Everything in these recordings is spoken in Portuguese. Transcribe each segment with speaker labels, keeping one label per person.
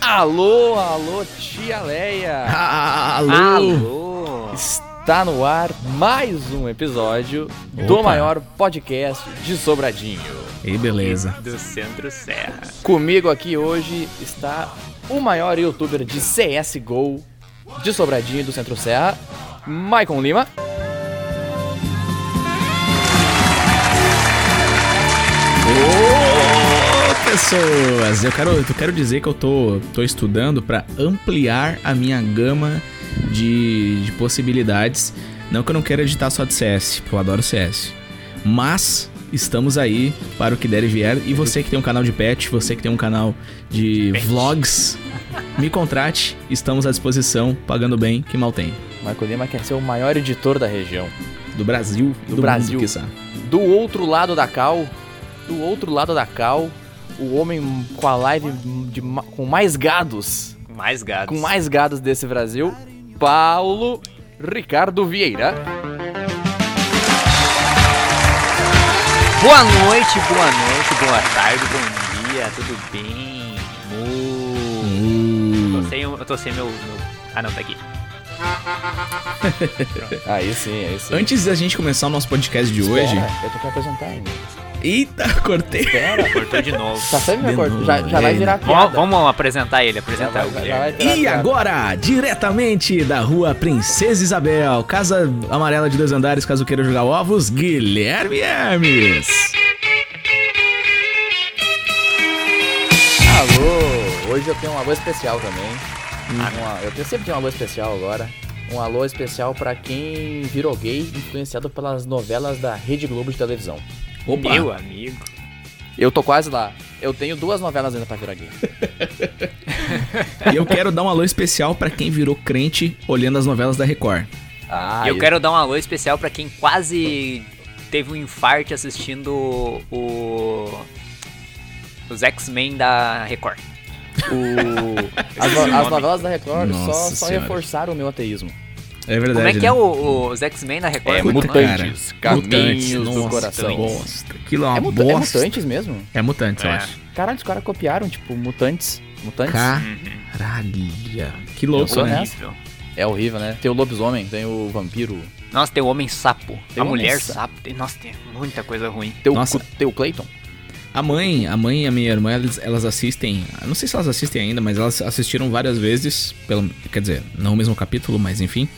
Speaker 1: Alô, alô, tia Leia!
Speaker 2: Alô!
Speaker 1: Ah, Alô! Está no ar mais um episódio do
Speaker 2: Opa.
Speaker 1: maior podcast de Sobradinho.
Speaker 2: E beleza.
Speaker 3: do Centro Serra.
Speaker 1: Comigo aqui hoje está o maior youtuber de CSGO de Sobradinho do Centro Serra, Maicon Lima.
Speaker 2: Pessoas, eu quero, eu quero dizer que eu tô, tô estudando pra ampliar a minha gama de, de possibilidades. Não que eu não queira editar só de CS, porque eu adoro CS. Mas estamos aí para o que der e vier. E você que tem um canal de pet, você que tem um canal de vlogs, me contrate. Estamos à disposição, pagando bem, que mal tem.
Speaker 1: Maicon Lima quer ser o maior editor da região.
Speaker 2: Do Brasil,
Speaker 1: Do Brasil.
Speaker 2: mundo, quiçá.
Speaker 1: Do outro lado da cal, do outro lado da cal, o homem com a live de ma- com mais gados
Speaker 3: Mais gatos.
Speaker 1: com mais gados desse Brasil, Paulo Ricardo Vieira.
Speaker 3: Boa noite, boa noite, boa tarde, bom dia, tudo bem? Mu. Tô sem, o- eu tô sem meu, meu- Ah, não, tá aqui.
Speaker 1: Aí sim, aí sim.
Speaker 2: Antes da gente começar o nosso podcast de hoje.
Speaker 1: Espera, eu tô pra apresentar ainda.
Speaker 2: Eita, cortei.
Speaker 1: Espera.
Speaker 3: Cortou de novo.
Speaker 1: Tá sempre me
Speaker 2: De
Speaker 1: acordando.
Speaker 2: novo,
Speaker 1: Já, já vai
Speaker 2: velho.
Speaker 1: virar piada.
Speaker 3: vamos, vamos apresentar ele,
Speaker 1: Já
Speaker 3: apresentar
Speaker 1: vai,
Speaker 3: o
Speaker 1: já- já
Speaker 3: Guilherme.
Speaker 1: vai virar
Speaker 2: E
Speaker 1: piada.
Speaker 2: agora, diretamente da rua Princesa Isabel, casa amarela de dois andares, caso queira jogar ovos, Guilherme Hermes.
Speaker 1: Alô! Hoje eu tenho um alô especial também.
Speaker 2: Hum.
Speaker 1: Um- eu tenho- sempre tenho um alô especial agora. Um alô especial pra quem virou gay, influenciado pelas novelas da Rede Globo de televisão.
Speaker 2: Opa,
Speaker 3: Meu amigo.
Speaker 1: Eu tô quase lá. Eu tenho duas novelas ainda pra virar gay.
Speaker 2: e eu quero dar um alô especial pra quem virou crente olhando as novelas da Record.
Speaker 1: Ah,
Speaker 3: E eu quero dar um alô especial pra quem quase teve um infarte assistindo o. Os X-Men da Record.
Speaker 1: O- As, no-
Speaker 3: Esqueci o
Speaker 1: as
Speaker 3: nome.
Speaker 1: novelas da Record só,
Speaker 2: Nossa
Speaker 1: só
Speaker 2: Senhora.
Speaker 1: reforçaram o meu ateísmo.
Speaker 2: É verdade.
Speaker 3: Como é que
Speaker 2: né?
Speaker 3: é o, o- os X-Men da Record?
Speaker 1: É,
Speaker 3: Como
Speaker 1: mutantes, caminhos do
Speaker 2: nossa,
Speaker 1: coração.
Speaker 2: Bosta. Aquilo é uma
Speaker 1: é, muta- é
Speaker 2: bosta.
Speaker 1: mutantes mesmo?
Speaker 2: É mutante, eu
Speaker 3: É.
Speaker 2: acho.
Speaker 1: Caralho, os caras copiaram, tipo, mutantes. Mutantes.
Speaker 2: Caralho. Que louco,
Speaker 1: sou
Speaker 2: né?
Speaker 1: nessa.
Speaker 3: Horrível.
Speaker 1: É horrível, né? Tem o lobisomem, tem o vampiro,
Speaker 3: Nossa, tem o homem sapo,
Speaker 1: Tem
Speaker 3: a
Speaker 1: o
Speaker 3: mulher
Speaker 1: homem sapo.
Speaker 3: sapo. tem- nossa, tem muita coisa ruim.
Speaker 1: tem o,
Speaker 2: Nossa.
Speaker 1: Cu- tem o Clayton.
Speaker 2: A mãe, a mãe e a minha irmã, elas, elas assistem. eu Não sei se elas assistem ainda, mas elas assistiram várias vezes. Pelo, quer dizer, não o mesmo capítulo, mas enfim.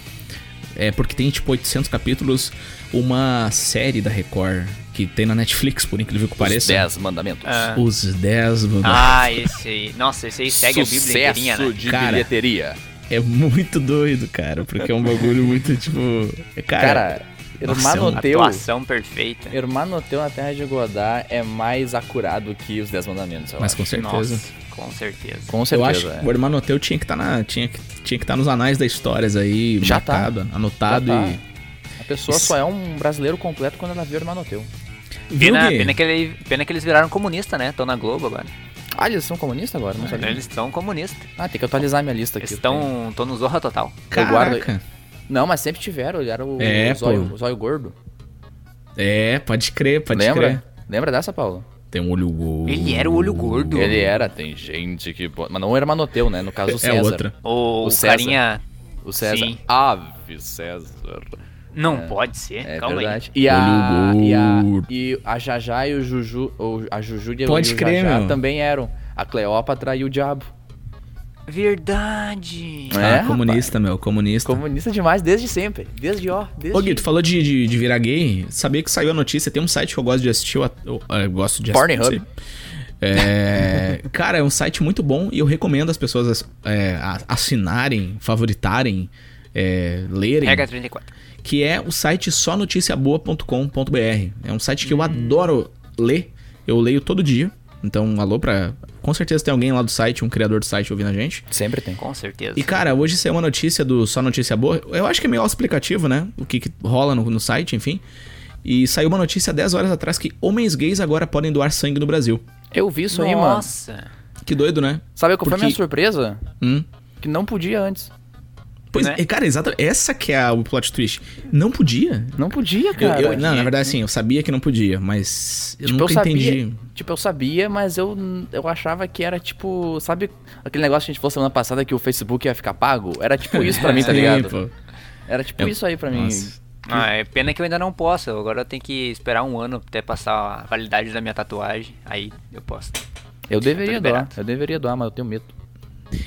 Speaker 2: É porque tem tipo 800 capítulos. Uma série da Record que tem na Netflix, por incrível que
Speaker 1: Os
Speaker 2: pareça.
Speaker 1: Dez né? mandamentos.
Speaker 3: Ah,
Speaker 2: Os 10, mano.
Speaker 3: ah, esse aí. Nossa, esse aí segue
Speaker 1: Sucesso
Speaker 3: a Bíblia inteirinha, né?
Speaker 1: de
Speaker 2: Cara.
Speaker 1: bilheteria.
Speaker 2: É muito doido, cara. Porque é um bagulho muito tipo. é, Cara,
Speaker 1: Cara,
Speaker 2: nossa, é uma
Speaker 1: Hermanoteu,
Speaker 3: Atuação perfeita.
Speaker 1: Hermanoteu na Terra de Godá é mais acurado que os Dez mandamentos, eu
Speaker 2: mas
Speaker 1: acho.
Speaker 2: com certeza.
Speaker 3: Nossa, com certeza.
Speaker 1: Com
Speaker 2: Eu
Speaker 1: certeza,
Speaker 2: acho
Speaker 1: é.
Speaker 2: que o Hermanoteu tinha que estar tinha que, tinha que tá nos anais das histórias aí,
Speaker 1: Já tá.
Speaker 2: marcado, anotado
Speaker 1: Já tá.
Speaker 2: e.
Speaker 1: A pessoa só é um brasileiro completo quando ela vê o Hermanoteu.
Speaker 2: Viu,
Speaker 3: Pena,
Speaker 2: Gui?
Speaker 3: pena, que ele- pena que eles viraram comunista, né? Estão na Globo agora.
Speaker 1: Ah, eles são comunistas agora? Não sabia.
Speaker 3: É, Eles são comunistas.
Speaker 1: Ah, tem que atualizar minha lista aqui.
Speaker 3: Estão tão no Zorra Total.
Speaker 1: Eu guardo-
Speaker 2: Caraca.
Speaker 1: Não, mas sempre tiveram, ele era o,
Speaker 2: É,
Speaker 1: o zóio,
Speaker 2: pô.
Speaker 1: o zóio gordo.
Speaker 2: É, pode crer, pode
Speaker 1: Lembra?
Speaker 2: crer.
Speaker 1: Lembra dessa, Paulo?
Speaker 2: Tem um olho gordo.
Speaker 3: Ele era o olho gordo.
Speaker 1: Ele era, tem gente que. bo- Mas não era Manoteu, né? No caso, o César.
Speaker 2: É outra.
Speaker 3: O,
Speaker 1: O
Speaker 3: o
Speaker 1: César.
Speaker 3: carinha.
Speaker 1: O César.
Speaker 3: Sim.
Speaker 1: Ave César.
Speaker 3: Não pode ser.
Speaker 1: É
Speaker 3: Calma
Speaker 1: verdade. E a,
Speaker 2: Olho
Speaker 1: e a.
Speaker 2: gordo.
Speaker 1: E a Jajá e o Juju. Ou a Juju e
Speaker 2: Pode
Speaker 1: o
Speaker 2: crer,
Speaker 1: Jajá
Speaker 2: meu.
Speaker 1: também eram. A Cleópatra e o Diabo.
Speaker 3: aí. Verdade.
Speaker 1: É,
Speaker 2: Ah,
Speaker 1: rapaz.
Speaker 2: comunista, meu, comunista.
Speaker 1: Comunista demais desde sempre. Desde ó. Desde
Speaker 2: Ô, Gui, tu falou de, de, de virar gay. Sabia que saiu a notícia. Tem um site que eu gosto de assistir. Eu, at- eu, eu gosto de assistir.
Speaker 1: Pornhub.
Speaker 2: É, cara, é um site muito bom e eu recomendo as pessoas ass- é, a- assinarem, favoritarem, é, lerem.
Speaker 3: Regra 34.
Speaker 2: que é o site sónoticiaboa.com.br. É um site que
Speaker 1: Hum.
Speaker 2: eu adoro ler, eu leio todo dia. Então, um alô pra. Com certeza tem alguém lá do site, um criador do site ouvindo a gente.
Speaker 1: Sempre tem.
Speaker 3: Com certeza.
Speaker 2: E cara, hoje saiu uma notícia do Só Notícia Boa. Eu acho que é meio explicativo, né? O que, que rola no, no site, enfim. E saiu uma notícia 10 horas atrás que homens gays agora podem doar sangue no Brasil.
Speaker 1: Eu vi isso aí, mano.
Speaker 3: Nossa.
Speaker 2: Que doido, né?
Speaker 1: Sabe qual foi a minha
Speaker 2: Porque-
Speaker 1: surpresa?
Speaker 2: Hum.
Speaker 1: Que não podia antes.
Speaker 2: Pois,
Speaker 3: né?
Speaker 2: é, cara, exato. Essa que é a- o plot twist. Não podia.
Speaker 1: Não podia,
Speaker 2: Eu-
Speaker 1: cara.
Speaker 2: eu- não, na verdade, assim, eu sabia que não podia, mas eu
Speaker 1: Tipo,
Speaker 2: nunca
Speaker 1: eu sabia.
Speaker 2: entendi.
Speaker 1: Tipo, eu sabia, mas eu, eu achava que era tipo. Sabe aquele negócio que a gente falou semana passada que o Facebook ia ficar pago? Era tipo isso pra mim, tá
Speaker 2: Sim,
Speaker 1: ligado?
Speaker 2: É, pô.
Speaker 1: Era tipo
Speaker 2: Eu-
Speaker 1: isso aí pra mim.
Speaker 2: Nossa.
Speaker 3: Ah, é pena que eu ainda não posso. Agora eu tenho que esperar um ano até passar a validade da minha tatuagem. Aí eu posso.
Speaker 1: Eu deveria
Speaker 2: Tá
Speaker 1: doar,
Speaker 3: liberado.
Speaker 1: eu deveria doar, mas eu tenho medo.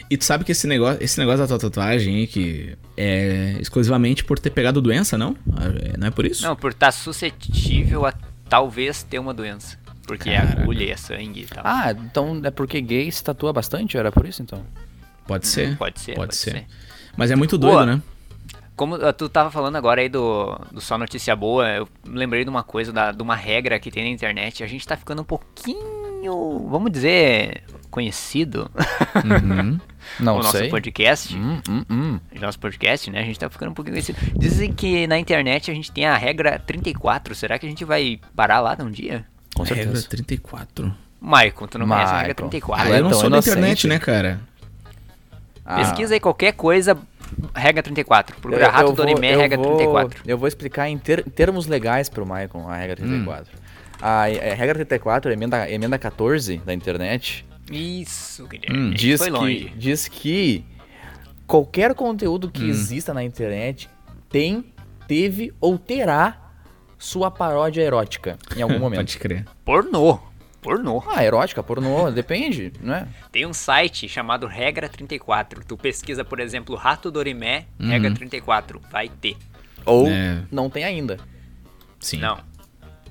Speaker 2: E tu sabe que esse negócio, esse negócio da tua tatuagem aí, que é exclusivamente por ter pegado doença, não? Ah, é- Não é por isso?
Speaker 3: Não, por estar suscetível a talvez ter uma doença. Porque é
Speaker 2: Caraca.
Speaker 3: agulha, é sangue e tal.
Speaker 1: Ah, então é porque gay se tatua bastante? Era por isso então?
Speaker 2: Pode ser.
Speaker 3: Pode ser, pode ser.
Speaker 2: Mas é muito doido,
Speaker 3: Boa.
Speaker 2: né?
Speaker 3: Como ah, tu tava falando agora aí do, do Só Notícia Boa, eu lembrei de uma coisa, da- de uma regra que tem na internet. A gente tá ficando um pouquinho, vamos dizer, conhecido
Speaker 2: Uhum.
Speaker 1: Não
Speaker 3: o nosso
Speaker 1: sei.
Speaker 3: podcast.
Speaker 1: Hum, hum, hum.
Speaker 3: Nosso podcast, né? A gente tá ficando um pouquinho conhecido. Dizem que na internet a gente tem a regra 34. Será que a gente vai parar lá num dia?
Speaker 1: Com
Speaker 2: Regra
Speaker 1: certeza.
Speaker 2: 34.
Speaker 3: Maicon, tu não conhece a regra
Speaker 1: Maicon.
Speaker 3: 34.
Speaker 2: Ah,
Speaker 1: Ela é
Speaker 2: eu não
Speaker 1: tão
Speaker 2: sou
Speaker 1: inocente.
Speaker 2: da internet, né, cara?
Speaker 1: Ah.
Speaker 3: Pesquisa aí qualquer coisa, regra 34. Procura Rato do Anime,
Speaker 1: eu
Speaker 3: regra
Speaker 1: vou-
Speaker 3: 34.
Speaker 1: Eu vou explicar em ter- termos legais pro Maicon a regra
Speaker 3: Hum.
Speaker 1: 34. A, é, regra 34, emenda, emenda 14 da internet,
Speaker 3: Isso,
Speaker 2: Hum,
Speaker 3: Guilherme.
Speaker 1: diz
Speaker 3: Foi
Speaker 1: que,
Speaker 3: longe. Hum.
Speaker 1: diz que qualquer conteúdo que exista na internet tem, teve ou terá sua paródia erótica em algum Um momento.
Speaker 2: Pode crer.
Speaker 3: Pornô. Pornô.
Speaker 1: ah, erótica, pornô, depende, né?
Speaker 3: Tem um site chamado Regra 34. Tu pesquisa, por exemplo, Rato Dorimé,
Speaker 2: Uhum.
Speaker 3: Regra 34. Vai ter.
Speaker 1: Ou
Speaker 2: É.
Speaker 1: não tem ainda,
Speaker 2: Sim.
Speaker 3: Não,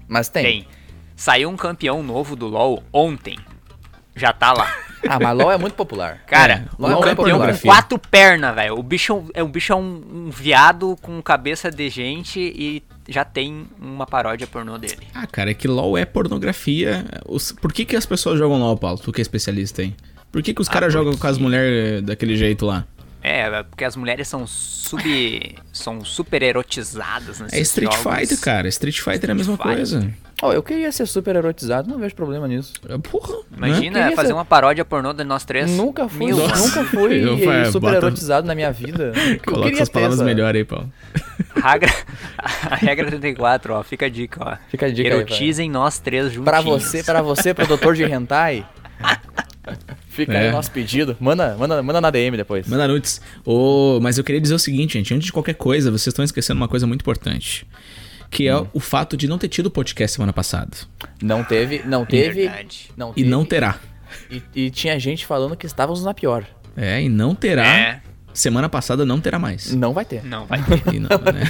Speaker 1: mas tem.
Speaker 3: tem. Saiu um campeão novo do LoL ontem. Já tá lá.
Speaker 1: Ah, mas LOL é muito popular.
Speaker 3: Cara,
Speaker 1: LOL é
Speaker 3: um
Speaker 1: uma
Speaker 3: campeão com
Speaker 1: pornografia.
Speaker 3: quatro pernas, velho. O bicho, é, o bicho é um, um viado com cabeça de gente e já tem uma paródia pornô dele.
Speaker 2: Ah, cara, é que LOL é pornografia. Os- Por que, que as pessoas jogam LOL, Paulo? Tu que é especialista aí. Por que, que
Speaker 1: Ah,
Speaker 2: os caras jogam com as mulheres eh, daquele jeito lá?
Speaker 3: É, é porque as mulheres são sub. são super erotizadas nesses
Speaker 2: É Street
Speaker 3: jogos.
Speaker 2: Fighter, cara. Street Fighter é a mesma
Speaker 3: Street
Speaker 2: coisa.
Speaker 1: Ó, eu queria ser super erotizado, não vejo problema nisso.
Speaker 2: É, Porra. né?
Speaker 3: Imagina
Speaker 1: Queria
Speaker 3: fazer
Speaker 1: ser-
Speaker 3: uma paródia pornô de nós três.
Speaker 1: Nunca fui,
Speaker 3: Meu,
Speaker 2: Nossa.
Speaker 1: nunca fui
Speaker 2: Eu falei,
Speaker 1: super
Speaker 2: bota-
Speaker 1: erotizado na minha vida. Eu
Speaker 2: Coloca
Speaker 1: queria
Speaker 2: essas
Speaker 1: ter
Speaker 2: palavras
Speaker 1: essa-
Speaker 2: melhor aí, Paulo.
Speaker 3: Regra, a regra é 34, ó, fica a dica, ó.
Speaker 1: Fica a dica aí,
Speaker 3: Erotizem nós três juntinhos.
Speaker 1: Pra você, pra você, produtor de hentai. Fica aí
Speaker 2: É.
Speaker 1: o nosso pedido. Manda, manda, manda na DM depois.
Speaker 2: Manda nudes. Ô, mas eu queria dizer o seguinte, gente. Antes de qualquer coisa, vocês estão esquecendo uma coisa muito importante. Que
Speaker 1: Hum.
Speaker 2: é o fato de não ter tido podcast semana passada.
Speaker 1: Não teve, não teve.
Speaker 3: É Verdade.
Speaker 1: Não
Speaker 2: E
Speaker 1: teve.
Speaker 2: não terá.
Speaker 1: E, e tinha gente falando que estávamos na pior.
Speaker 2: É, e não terá.
Speaker 3: É,
Speaker 2: Semana passada não terá mais.
Speaker 1: Não vai ter.
Speaker 3: não vai ter.
Speaker 2: E não, né?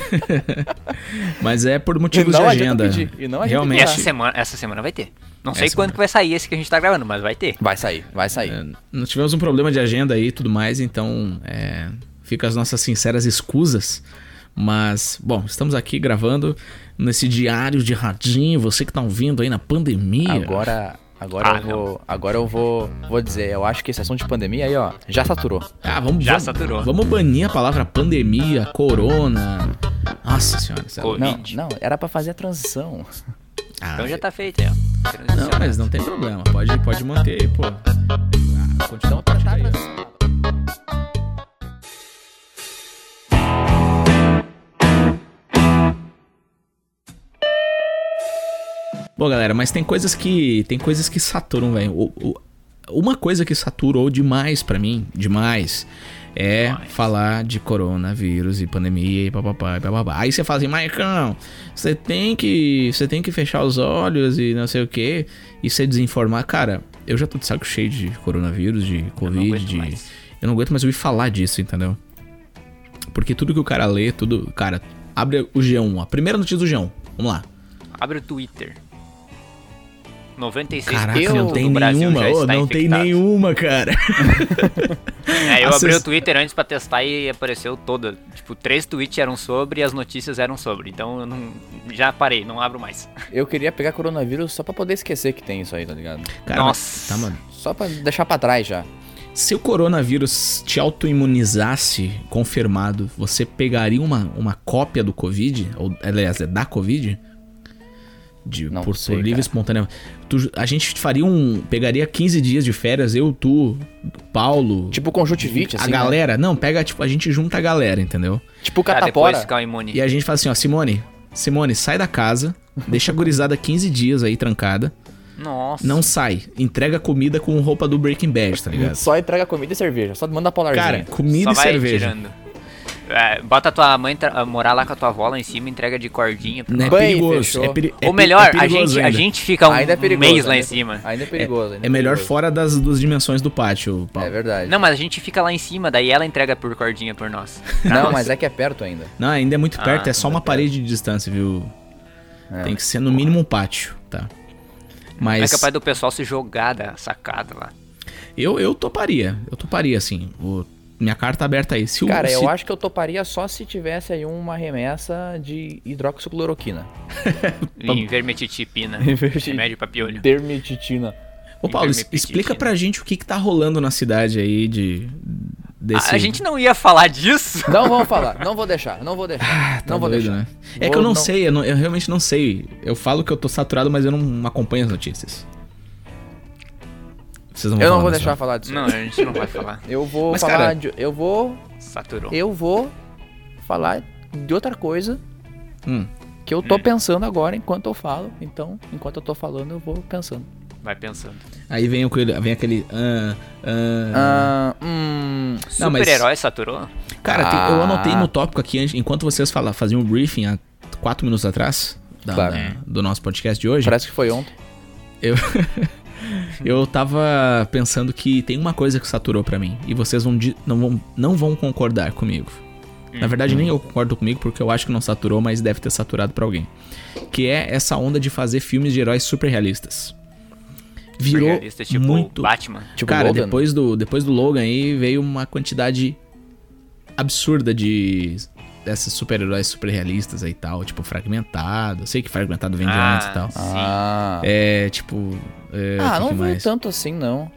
Speaker 2: Mas é por motivos
Speaker 1: E não
Speaker 2: de
Speaker 1: adianta
Speaker 2: agenda.
Speaker 1: pedir, e não adianta
Speaker 3: E
Speaker 2: Realmente.
Speaker 3: essa semana, essa semana vai ter. Não sei
Speaker 2: Essa
Speaker 3: quando que vai sair esse que a gente tá gravando, mas vai ter.
Speaker 1: Vai sair, vai sair.
Speaker 2: é, nós tivemos um problema de agenda aí e tudo mais, então é, fica as nossas sinceras escusas. Mas, bom, estamos aqui gravando nesse diário de radinho, você que tá ouvindo aí na pandemia.
Speaker 1: Agora, agora
Speaker 3: Ah,
Speaker 1: eu vou, agora eu vou, vou dizer, eu acho que esse assunto de pandemia aí, ó, já saturou.
Speaker 2: Ah, vamos,
Speaker 3: Já
Speaker 2: vamos,
Speaker 3: saturou.
Speaker 2: Vamos banir a palavra pandemia, corona. Nossa senhora, sabe?
Speaker 3: Co-
Speaker 1: Não,
Speaker 3: Covid.
Speaker 1: não, era pra fazer a transição.
Speaker 2: Ah,
Speaker 3: Então já tá feito, aí, ó.
Speaker 2: Não,
Speaker 3: Transição.
Speaker 2: mas é não tem problema. Pode, pode manter aí, pô. Ah, continua a
Speaker 1: Tá,
Speaker 2: partir
Speaker 1: tá,
Speaker 2: daí, ó.
Speaker 1: transição.
Speaker 2: Bom, galera, mas tem coisas que tem coisas que saturam, velho. O- o- Uma coisa que saturou demais pra mim, demais, é
Speaker 3: Demais.
Speaker 2: falar de coronavírus e pandemia e papapá e papapá. Aí você fala assim, Maicão, você tem que você tem que fechar os olhos e não sei o que e se desinformar. Cara, eu já tô de saco cheio de coronavírus, de covid,
Speaker 3: aguento
Speaker 2: de...
Speaker 3: mais.
Speaker 2: eu não aguento mais ouvir falar disso, entendeu? Porque tudo que o cara lê, tudo, cara, abre o G1, a primeira notícia do G1. Vamos lá.
Speaker 3: Abre o Twitter. 96%
Speaker 2: Caraca,
Speaker 1: eu-
Speaker 2: não
Speaker 3: do
Speaker 2: tem
Speaker 3: Brasil
Speaker 2: nenhuma,
Speaker 3: já
Speaker 2: ô,
Speaker 3: está
Speaker 2: não tem
Speaker 3: infectado.
Speaker 2: nenhuma, cara.
Speaker 3: É, eu
Speaker 2: Acess-
Speaker 3: abri o Twitter antes pra testar e apareceu toda. Tipo, três tweets eram sobre e as notícias eram sobre. Então eu não, já parei, não abro mais.
Speaker 1: Eu queria pegar coronavírus só pra poder esquecer que tem isso aí, tá ligado?
Speaker 2: Cara,
Speaker 3: Nossa.
Speaker 2: Tá, mano.
Speaker 1: Só pra deixar pra trás já.
Speaker 2: Se o coronavírus te autoimunizasse, confirmado, você pegaria uma, uma cópia do Covid? Ou, aliás, é da Covid? De,
Speaker 1: Não
Speaker 2: por,
Speaker 1: sei,
Speaker 2: por livre e
Speaker 1: cara.
Speaker 2: espontânea. Tu- a gente faria um. Pegaria 15 dias de férias, eu, tu, Paulo.
Speaker 1: Tipo conjuntivite,
Speaker 2: a
Speaker 1: assim. né?
Speaker 2: galera. Não, pega, tipo, a gente junta a galera, entendeu?
Speaker 1: Tipo
Speaker 3: Pra depois
Speaker 1: catapora.
Speaker 3: ficar imune.
Speaker 2: E a gente fala assim, ó, Simone, Simone, sai da casa, deixa a gurizada 15 dias aí trancada,
Speaker 3: Nossa.
Speaker 2: não sai, entrega comida com roupa do Breaking Bad, tá ligado?
Speaker 1: Só entrega comida e cerveja. Só manda polarzinho.
Speaker 2: Cara, comida
Speaker 3: Só
Speaker 2: e
Speaker 3: vai
Speaker 2: cerveja.
Speaker 3: tirando. É, bota a tua mãe tra- morar lá com a tua avó lá em cima, entrega de cordinha. Pra...
Speaker 2: Né, É
Speaker 1: Bem,
Speaker 2: perigoso.
Speaker 1: fechou.
Speaker 2: É peri- é
Speaker 3: Ou
Speaker 2: pe-
Speaker 3: melhor,
Speaker 2: é
Speaker 3: a,
Speaker 2: perigoso
Speaker 3: gente, a
Speaker 2: ainda.
Speaker 3: gente fica um,
Speaker 1: ainda é perigoso.
Speaker 3: mês lá
Speaker 1: ainda-
Speaker 3: em cima.
Speaker 1: Ainda é perigoso. ainda
Speaker 2: É melhor
Speaker 1: perigoso.
Speaker 2: fora das duas dimensões do pátio,
Speaker 1: É
Speaker 2: Paulo.
Speaker 1: verdade.
Speaker 3: Não, mas a gente fica lá em cima, daí ela entrega por cordinha por nós.
Speaker 1: Não, mas é que é perto ainda.
Speaker 2: Não, ainda é muito
Speaker 3: Ah,
Speaker 2: perto, é só uma parede de distância, viu?
Speaker 1: É.
Speaker 2: Tem que ser no mínimo um pátio, tá?
Speaker 3: É
Speaker 2: Mas
Speaker 3: capaz do pessoal se jogar da sacada lá.
Speaker 2: eu, eu toparia, eu toparia, assim. O- minha carta aberta aí. Se o-
Speaker 1: Cara,
Speaker 2: se-
Speaker 1: eu acho que eu toparia só se tivesse aí uma remessa de hidroxicloroquina.
Speaker 2: Tá
Speaker 3: Em vermetitipina.
Speaker 1: Vermeti-
Speaker 3: remédio pra piolho.
Speaker 1: Dermititina.
Speaker 2: Ô, Paulo,
Speaker 3: Inverme
Speaker 2: es- explica
Speaker 3: pequeno.
Speaker 2: pra gente o que, que tá rolando na cidade aí de. Desse...
Speaker 3: A gente não ia falar disso.
Speaker 1: Não vamos falar, não vou deixar, não vou deixar.
Speaker 2: Tá
Speaker 1: não vou
Speaker 2: doido,
Speaker 1: deixar.
Speaker 2: né? É que
Speaker 1: Vou-
Speaker 2: eu não, sei, eu, não- eu realmente não sei. Eu falo que eu tô saturado, mas eu não acompanho as notícias. Vocês não vão
Speaker 1: Eu não
Speaker 2: falar
Speaker 1: vou
Speaker 2: nessa
Speaker 1: deixar
Speaker 2: hora.
Speaker 1: falar disso.
Speaker 3: Não, a gente não vai falar.
Speaker 1: Eu vou
Speaker 2: Mas,
Speaker 1: falar
Speaker 2: cara-
Speaker 1: de, eu vou
Speaker 3: Saturou.
Speaker 1: eu vou falar de outra coisa
Speaker 2: Hum.
Speaker 1: que eu tô pensando agora enquanto eu falo. Então, enquanto eu tô falando, eu vou pensando.
Speaker 3: Vai pensando.
Speaker 2: Aí vem, o coelho- vem aquele. ah, ah.
Speaker 1: Ah, hum,
Speaker 2: Não, mas-
Speaker 3: Super-herói saturou?
Speaker 2: Cara, tem- eu
Speaker 1: Ah.
Speaker 2: anotei no tópico aqui, antes- enquanto vocês fala, faziam um briefing há quatro minutos atrás da-
Speaker 1: Claro.
Speaker 2: da- do nosso podcast de hoje.
Speaker 1: parece que foi ontem.
Speaker 2: Eu tava pensando que tem uma coisa que saturou pra mim e vocês vão di- não, vão, não vão concordar comigo. Na verdade, nem
Speaker 3: Uhum.
Speaker 2: eu concordo comigo porque eu acho que não saturou, mas deve ter saturado pra alguém. Que é essa onda de fazer filmes de heróis super realistas. Virou
Speaker 3: Realista, tipo
Speaker 2: muito.
Speaker 3: Batman.
Speaker 1: Tipo,
Speaker 2: Cara,
Speaker 1: Golden.
Speaker 2: depois do depois do Logan aí veio uma quantidade absurda de desses super-heróis super realistas aí e tal, tipo fragmentado. Eu sei que fragmentado vem de
Speaker 3: Ah,
Speaker 2: antes e tal.
Speaker 3: sim.
Speaker 1: Ah,
Speaker 2: É, tipo, é,
Speaker 1: Ah,
Speaker 2: o que
Speaker 1: não
Speaker 2: que
Speaker 1: veio
Speaker 2: mais?
Speaker 1: tanto assim, não.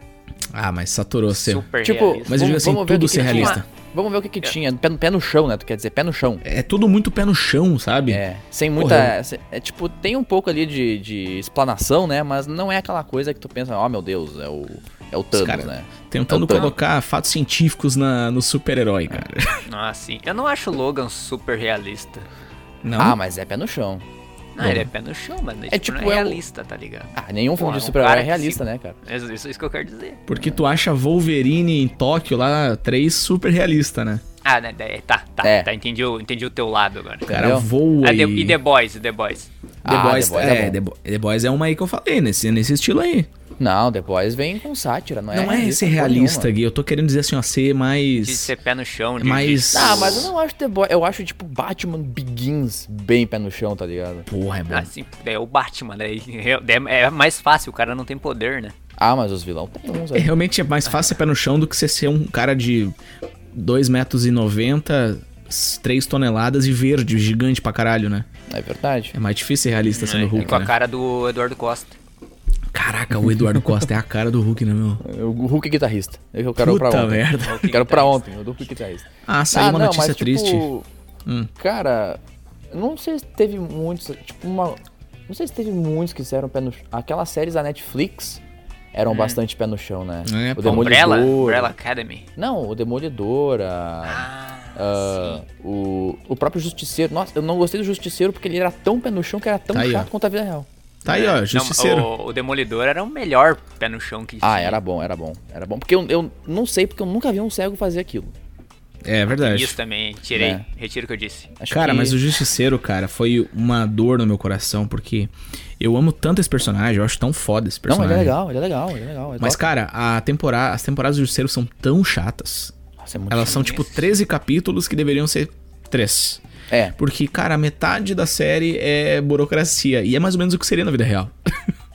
Speaker 2: Ah, mas saturou seu.
Speaker 3: Super
Speaker 1: Tipo,
Speaker 3: realista.
Speaker 2: Mas eu digo assim,
Speaker 1: ver o
Speaker 2: tudo
Speaker 1: que
Speaker 2: ser
Speaker 1: que tinha.
Speaker 2: realista.
Speaker 1: Vamos ver o que
Speaker 3: É.
Speaker 1: que tinha. Pé, no- pé no chão, né? Tu quer dizer, pé no chão.
Speaker 2: É tudo muito pé no chão, sabe?
Speaker 1: É, sem muita.
Speaker 2: Porra,
Speaker 1: se- É, tipo, tem um pouco ali de, de explanação, né? Mas não é aquela coisa que tu pensa, ó meu Deus, é o, é o Thanos,
Speaker 2: cara-
Speaker 1: né?
Speaker 2: Tentando
Speaker 1: Eu tô-
Speaker 2: colocar fatos científicos na, no super-herói, cara.
Speaker 3: Ah, sim. Eu não acho o Logan super realista.
Speaker 2: Não?
Speaker 1: Ah, mas é pé no chão.
Speaker 3: Não,
Speaker 2: Bom.
Speaker 3: ele é pé no chão, mas
Speaker 1: É
Speaker 3: é, tipo,
Speaker 1: tipo,
Speaker 3: não
Speaker 1: é o-
Speaker 3: é realista, tá ligado?
Speaker 1: Ah, nenhum filme
Speaker 3: Pô, é
Speaker 1: de
Speaker 3: um
Speaker 1: super-herói
Speaker 3: cara
Speaker 1: é
Speaker 3: que
Speaker 1: realista,
Speaker 3: se-
Speaker 1: né, cara?
Speaker 3: É Isso, isso que eu quero dizer.
Speaker 2: Porque tu acha Wolverine em Tóquio lá, três super realista, né?
Speaker 3: Ah, né, é, tá, tá,
Speaker 1: É.
Speaker 3: tá, entendi o, entendi o teu lado agora.
Speaker 2: O cara
Speaker 1: Entendeu?
Speaker 2: voa
Speaker 3: Ah, The-
Speaker 2: e...
Speaker 3: e The Boys, e The Boys.
Speaker 2: The
Speaker 1: Ah,
Speaker 2: Boys,
Speaker 1: The Boys
Speaker 2: é,
Speaker 1: é bom.
Speaker 2: The, Bo- The Boys é uma aí que eu falei, nesse, nesse estilo aí.
Speaker 1: Não, The Boys vem com sátira, não é?
Speaker 2: não é
Speaker 1: realista
Speaker 2: ser
Speaker 1: porra
Speaker 2: realista,
Speaker 1: nenhuma.
Speaker 2: Gui. Eu tô querendo dizer assim, ó, ser mais.
Speaker 3: De ser pé no chão. De,
Speaker 2: Mas-
Speaker 3: de-
Speaker 1: Ah, mas eu não acho The Boys. Eu acho, tipo, Batman Begins bem pé no chão, tá ligado?
Speaker 2: Porra, é bom.
Speaker 3: Assim, é o Batman, né? É é mais fácil, o cara não tem poder, né?
Speaker 1: Ah, mas os vilão tem uns
Speaker 2: É,
Speaker 1: aí.
Speaker 2: realmente é mais fácil ser pé no chão do que você ser um cara de 2,90 metros, e 3 toneladas e verde, gigante pra caralho, né?
Speaker 1: É verdade.
Speaker 2: É mais difícil ser realista sendo
Speaker 3: e
Speaker 2: Hulk,
Speaker 3: É, com a
Speaker 2: né?
Speaker 3: cara do Eduardo Costa.
Speaker 2: Caraca, o Eduardo Costa é a cara do Hulk, né, meu?
Speaker 1: O Hulk é guitarrista. Eu quero pra
Speaker 2: Puta
Speaker 1: ontem.
Speaker 2: merda.
Speaker 1: Eu quero pra ontem, o do Hulk é guitarrista.
Speaker 2: Ah, saiu uma notícia triste.
Speaker 1: Tipo,
Speaker 2: Hum.
Speaker 1: Cara, não sei se teve muitos. Tipo, uma. Não sei se teve muitos que fizeram pé no chão. Aquelas séries da Netflix eram bastante pé no chão, né?
Speaker 2: É, pô.
Speaker 3: Umbrella? Umbrella Academy.
Speaker 1: Não, o Demolidor, a-
Speaker 3: Ah,
Speaker 1: a- o, o próprio Justiceiro. Nossa, eu não gostei do Justiceiro porque ele era tão pé no chão que era tão
Speaker 2: Tá aí,
Speaker 1: chato
Speaker 2: ó.
Speaker 1: quanto a vida real.
Speaker 2: Tá aí, ó,
Speaker 1: é.
Speaker 3: sim. Não,
Speaker 2: justiceiro.
Speaker 3: o, o Demolidor era o melhor pé no chão que
Speaker 1: Ah,
Speaker 3: tinha.
Speaker 1: era bom, era bom. Era bom. Porque eu, eu não sei, porque eu nunca vi um cego fazer aquilo.
Speaker 2: É verdade.
Speaker 3: Isso também, tirei.
Speaker 1: É.
Speaker 3: Retiro o que eu disse.
Speaker 1: Acho
Speaker 2: Cara,
Speaker 1: que-
Speaker 2: mas o Justiceiro, cara, foi uma dor no meu coração, porque eu amo tanto esse personagem, eu acho tão foda esse
Speaker 1: Não,
Speaker 2: personagem.
Speaker 1: ele é legal, ele é legal, ele é legal. ele é
Speaker 2: Mas,
Speaker 1: top.
Speaker 2: cara, a temporada, as temporadas do Justiceiro são tão chatas.
Speaker 1: Nossa, é muito
Speaker 2: Elas são,
Speaker 3: chato
Speaker 2: tipo,
Speaker 3: isso.
Speaker 2: 13 capítulos que deveriam ser 3.
Speaker 1: É,
Speaker 2: Porque, cara, metade da série é burocracia. E é mais ou menos o que seria na vida real.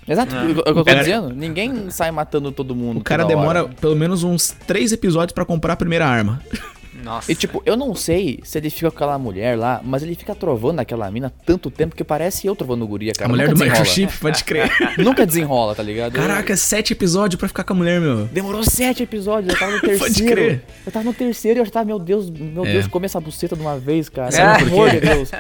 Speaker 1: exato, é o que eu tô
Speaker 2: Cara-
Speaker 1: dizendo. Ninguém sai matando todo mundo.
Speaker 2: O cara
Speaker 1: toda hora.
Speaker 2: demora pelo menos uns 3 episódios pra comprar a primeira arma. É.
Speaker 3: Nossa.
Speaker 1: E tipo, eu não sei se ele fica com aquela mulher lá, mas ele fica trovando aquela mina tanto tempo que parece eu trovando guria, cara.
Speaker 2: a mulher do
Speaker 1: Nunca É desenrola.
Speaker 2: microchip, pode crer.
Speaker 1: Nunca desenrola, tá ligado?
Speaker 2: Caraca, 7 episódios pra ficar com a mulher, meu.
Speaker 1: Demorou sete episódios, eu tava no
Speaker 2: Pode
Speaker 1: terceiro.
Speaker 2: crer.
Speaker 1: Eu tava no terceiro e eu já tava, meu Deus, meu
Speaker 2: É.
Speaker 1: Deus, come essa buceta de uma vez, cara.
Speaker 3: Sabe
Speaker 1: Pelo
Speaker 2: por
Speaker 1: amor
Speaker 2: É, quê?
Speaker 1: de Deus.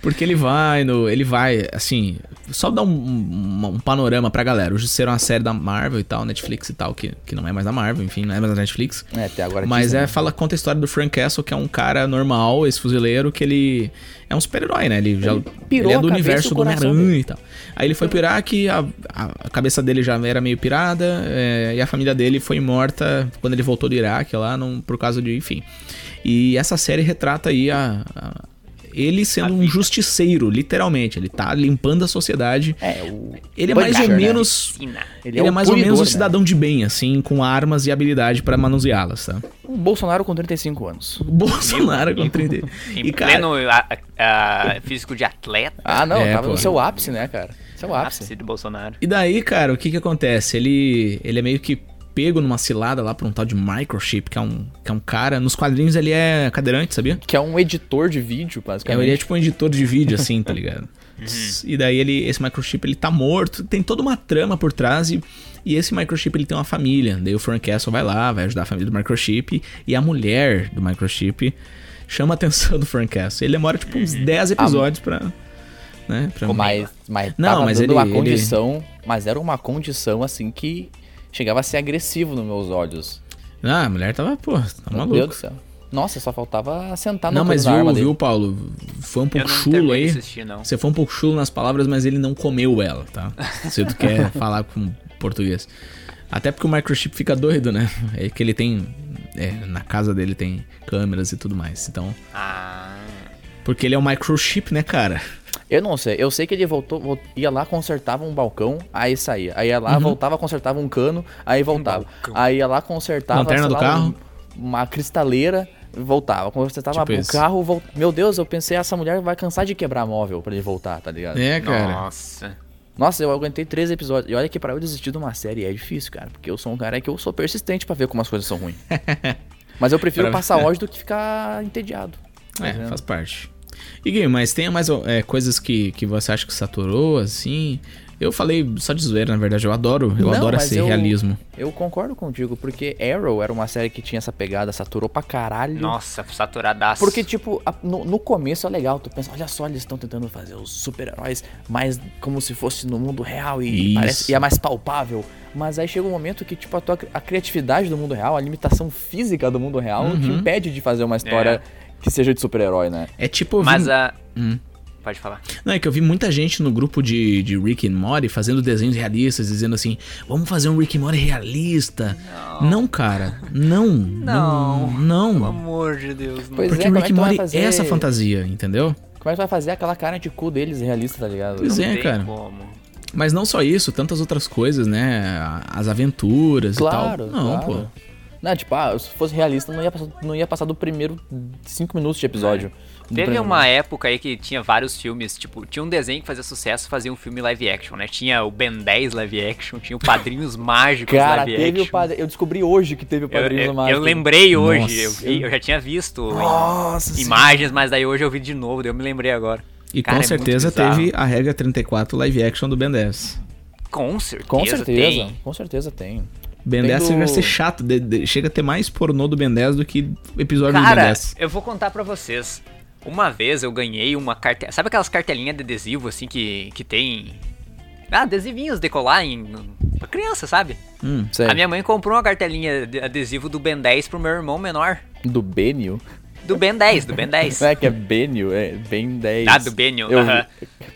Speaker 2: Porque ele vai no. Ele vai, assim. só dar um, um, um panorama pra galera. O Justiceiro é uma série da Marvel e tal, Netflix e tal, que, que não é mais da Marvel, enfim, não é mais da Netflix.
Speaker 1: É, até agora
Speaker 2: Mas
Speaker 1: Disney,
Speaker 2: é,
Speaker 1: né?
Speaker 2: fala, conta a história do Frank Castle, que é um cara normal, ex-fuzileiro, que ele é um super-herói, né? Ele, já,
Speaker 1: pirou
Speaker 2: ele é
Speaker 1: a cabeça
Speaker 2: do
Speaker 1: e
Speaker 2: universo
Speaker 1: o
Speaker 2: do
Speaker 1: coração
Speaker 2: Homem-Aranha
Speaker 1: dele.
Speaker 2: e tal. Aí ele foi pirar que a, a, a cabeça dele já era meio pirada, é, e a família dele foi morta quando ele voltou do Iraque lá, num- por causa de, enfim. E essa série retrata aí a- a- ele sendo um justiceiro, literalmente. Ele tá limpando a sociedade.
Speaker 1: É, o...
Speaker 2: Ele é mais
Speaker 1: Punisher,
Speaker 2: ou
Speaker 1: né?
Speaker 2: menos.
Speaker 3: Sina.
Speaker 2: Ele, é, mais ou
Speaker 1: punidor,
Speaker 2: menos um
Speaker 1: né?
Speaker 2: cidadão de bem, assim, com armas e habilidade pra manuseá-las, tá?
Speaker 1: Um Bolsonaro com 35 anos.
Speaker 2: Bolsonaro com 30.
Speaker 3: Em
Speaker 2: E, cara,
Speaker 3: pleno a- a- a- físico de atleta.
Speaker 1: Ah, não,
Speaker 2: É,
Speaker 1: tava
Speaker 2: pô.
Speaker 1: no seu ápice, né, cara?
Speaker 2: É
Speaker 1: Seu ápice.
Speaker 3: Ápice do Bolsonaro.
Speaker 2: e daí, cara, o que que acontece? Ele, ele é meio que pego numa cilada lá pra um tal de microchip, que é um, que é um cara. Nos quadrinhos ele é cadeirante, sabia?
Speaker 1: Que é um editor de vídeo,
Speaker 2: É,
Speaker 1: basicamente.
Speaker 2: ele é tipo um editor de vídeo, assim, tá ligado? E daí ele, esse microchip ele tá morto, tem toda uma trama por trás e, e esse microchip ele tem uma família. Daí o Frank Castle vai lá, vai ajudar a família do microchip e a mulher do microchip chama a atenção do Frank Castle. Ele demora tipo uns 10 episódios pra. Né, pra
Speaker 1: Pô, Mas, mas
Speaker 2: Não,
Speaker 1: tava
Speaker 2: mas
Speaker 1: dando
Speaker 2: ele-
Speaker 1: uma
Speaker 2: ele-
Speaker 1: condição, mas era uma condição assim que chegava a ser agressivo nos meus olhos.
Speaker 2: Ah, a mulher tava, pô, tá
Speaker 1: Meu Deus
Speaker 2: maluco.
Speaker 1: do céu. Nossa, só faltava sentar no
Speaker 2: Não,
Speaker 1: canto
Speaker 2: mas
Speaker 1: da
Speaker 2: viu,
Speaker 1: arma dele.
Speaker 2: viu, Paulo? Foi um pouco chulo aí.
Speaker 3: terminei de assistir, não.
Speaker 2: Você foi um pouco chulo nas palavras, mas ele não comeu ela, tá? Se tu quer falar com português. Até porque o microchip fica doido, né? É que ele tem. é, na casa dele tem câmeras e tudo mais. Então.
Speaker 3: Ah,
Speaker 2: Porque ele é um microchip, né, cara?
Speaker 1: Eu não sei, eu sei que ele voltou, vol- ia lá, consertava um balcão, aí saía. Aí ia
Speaker 2: Uhum.
Speaker 1: lá, voltava, consertava um cano, aí voltava. aí ia lá, consertava.
Speaker 2: Lanterna
Speaker 1: sei
Speaker 2: do
Speaker 1: lá,
Speaker 2: carro?
Speaker 1: um- uma cristaleira, voltava. Consertava
Speaker 2: Tipo
Speaker 1: o
Speaker 2: isso.
Speaker 1: carro, voltava. Meu Deus, eu pensei, essa mulher vai cansar de quebrar móvel pra ele voltar, tá ligado?
Speaker 2: É, cara.
Speaker 3: nossa.
Speaker 1: Nossa, eu aguentei três episódios. E olha que pra eu desistir de uma série é difícil, cara. Porque eu sou um cara que eu sou persistente pra ver como as coisas são ruins. Mas eu prefiro
Speaker 2: Pra-
Speaker 1: passar ódio do que ficar entediado. né?
Speaker 2: É, faz parte. E Gui, mas tem mais é, coisas que, que você acha que saturou, assim? Eu falei só de zoeira, na verdade. Eu adoro. Eu
Speaker 1: Não,
Speaker 2: adoro
Speaker 1: mas
Speaker 2: esse
Speaker 1: eu-
Speaker 2: realismo.
Speaker 1: Eu concordo contigo, porque Arrow era uma série que tinha essa pegada, saturou pra caralho.
Speaker 3: Nossa, saturadaço.
Speaker 1: Porque, tipo, a- no, no começo é legal, tu pensa, olha só, eles estão tentando fazer os super-heróis mais como se fosse no mundo real e,
Speaker 2: Isso.
Speaker 1: parece, e é mais palpável. Mas aí chega um momento que, tipo, a, tua, cri- a criatividade do mundo real, a limitação física do mundo real te
Speaker 2: Uhum.
Speaker 1: impede de fazer uma história que seja de super-herói, né?
Speaker 3: Hum.
Speaker 2: É tipo. eu vi
Speaker 3: Mas
Speaker 2: no-
Speaker 3: a.
Speaker 2: Hum.
Speaker 3: Pode falar.
Speaker 2: Não, é que eu vi muita gente no grupo de, de Rick and Morty fazendo desenhos realistas, dizendo assim, vamos fazer um Rick and Morty realista. Não, cara, não. Não. Não.
Speaker 3: amor de Deus, não.
Speaker 1: Pois
Speaker 2: Porque
Speaker 1: é,
Speaker 2: o
Speaker 1: como é que
Speaker 2: Rick and
Speaker 1: tu vai
Speaker 2: Morty
Speaker 1: fazer-
Speaker 2: é essa fantasia, entendeu?
Speaker 1: Como é que tu vai fazer aquela cara de cu deles realista, tá ligado?
Speaker 2: Pois
Speaker 3: Não
Speaker 2: é,
Speaker 3: tem
Speaker 2: cara.
Speaker 3: como.
Speaker 2: Mas não só isso, tantas outras coisas, né? As aventuras
Speaker 1: Claro,
Speaker 2: e tal. Não,
Speaker 1: claro.
Speaker 2: pô.
Speaker 1: Não, tipo, ah, se fosse realista, não ia passar, não ia passar do primeiro cinco minutos de
Speaker 2: É.
Speaker 1: episódio. Do
Speaker 3: Teve
Speaker 1: primeiro.
Speaker 3: uma época aí que tinha vários filmes, tipo, tinha um desenho que fazia sucesso, fazia um filme live action, né? Tinha o Ben 10 live action, tinha o Padrinhos Mágicos
Speaker 1: Cara,
Speaker 3: live
Speaker 1: teve
Speaker 3: action.
Speaker 1: o padre. Eu descobri hoje que teve o
Speaker 3: Eu,
Speaker 1: padrinho
Speaker 3: eu-
Speaker 1: do
Speaker 3: eu
Speaker 1: Mágico.
Speaker 3: lembrei hoje, eu,
Speaker 2: Nossa.
Speaker 3: vi- eu já tinha visto em
Speaker 1: Nossa
Speaker 3: imagens, mas daí hoje eu vi de novo, daí eu me lembrei agora.
Speaker 2: E
Speaker 3: Cara,
Speaker 2: com
Speaker 3: é muito
Speaker 2: certeza
Speaker 3: bizarro.
Speaker 2: teve a regra 34 live action do Ben 10.
Speaker 3: Com certeza.
Speaker 1: Com certeza,
Speaker 3: tem.
Speaker 1: com certeza tem.
Speaker 2: Ben
Speaker 1: Tem
Speaker 2: 10
Speaker 1: do-
Speaker 2: chega a ser chato, de- de- chega a ter mais pornô do Ben 10 do que episódio do Ben
Speaker 3: Cara,
Speaker 2: 10.
Speaker 3: eu vou contar pra vocês. Uma vez eu ganhei uma cartela. Sabe aquelas cartelinhas de adesivo assim que, que tem. Ah, adesivinhos decolar em. pra criança, sabe?
Speaker 2: Hum.
Speaker 1: Sei.
Speaker 3: A minha mãe comprou uma cartelinha de adesivo do Ben 10 pro meu irmão menor.
Speaker 1: Do Benio?
Speaker 3: Do Ben 10, do Ben 10.
Speaker 1: Não é que é Benio? É Ben 10.
Speaker 3: Ah, do Benio.
Speaker 1: Eu-
Speaker 3: aham.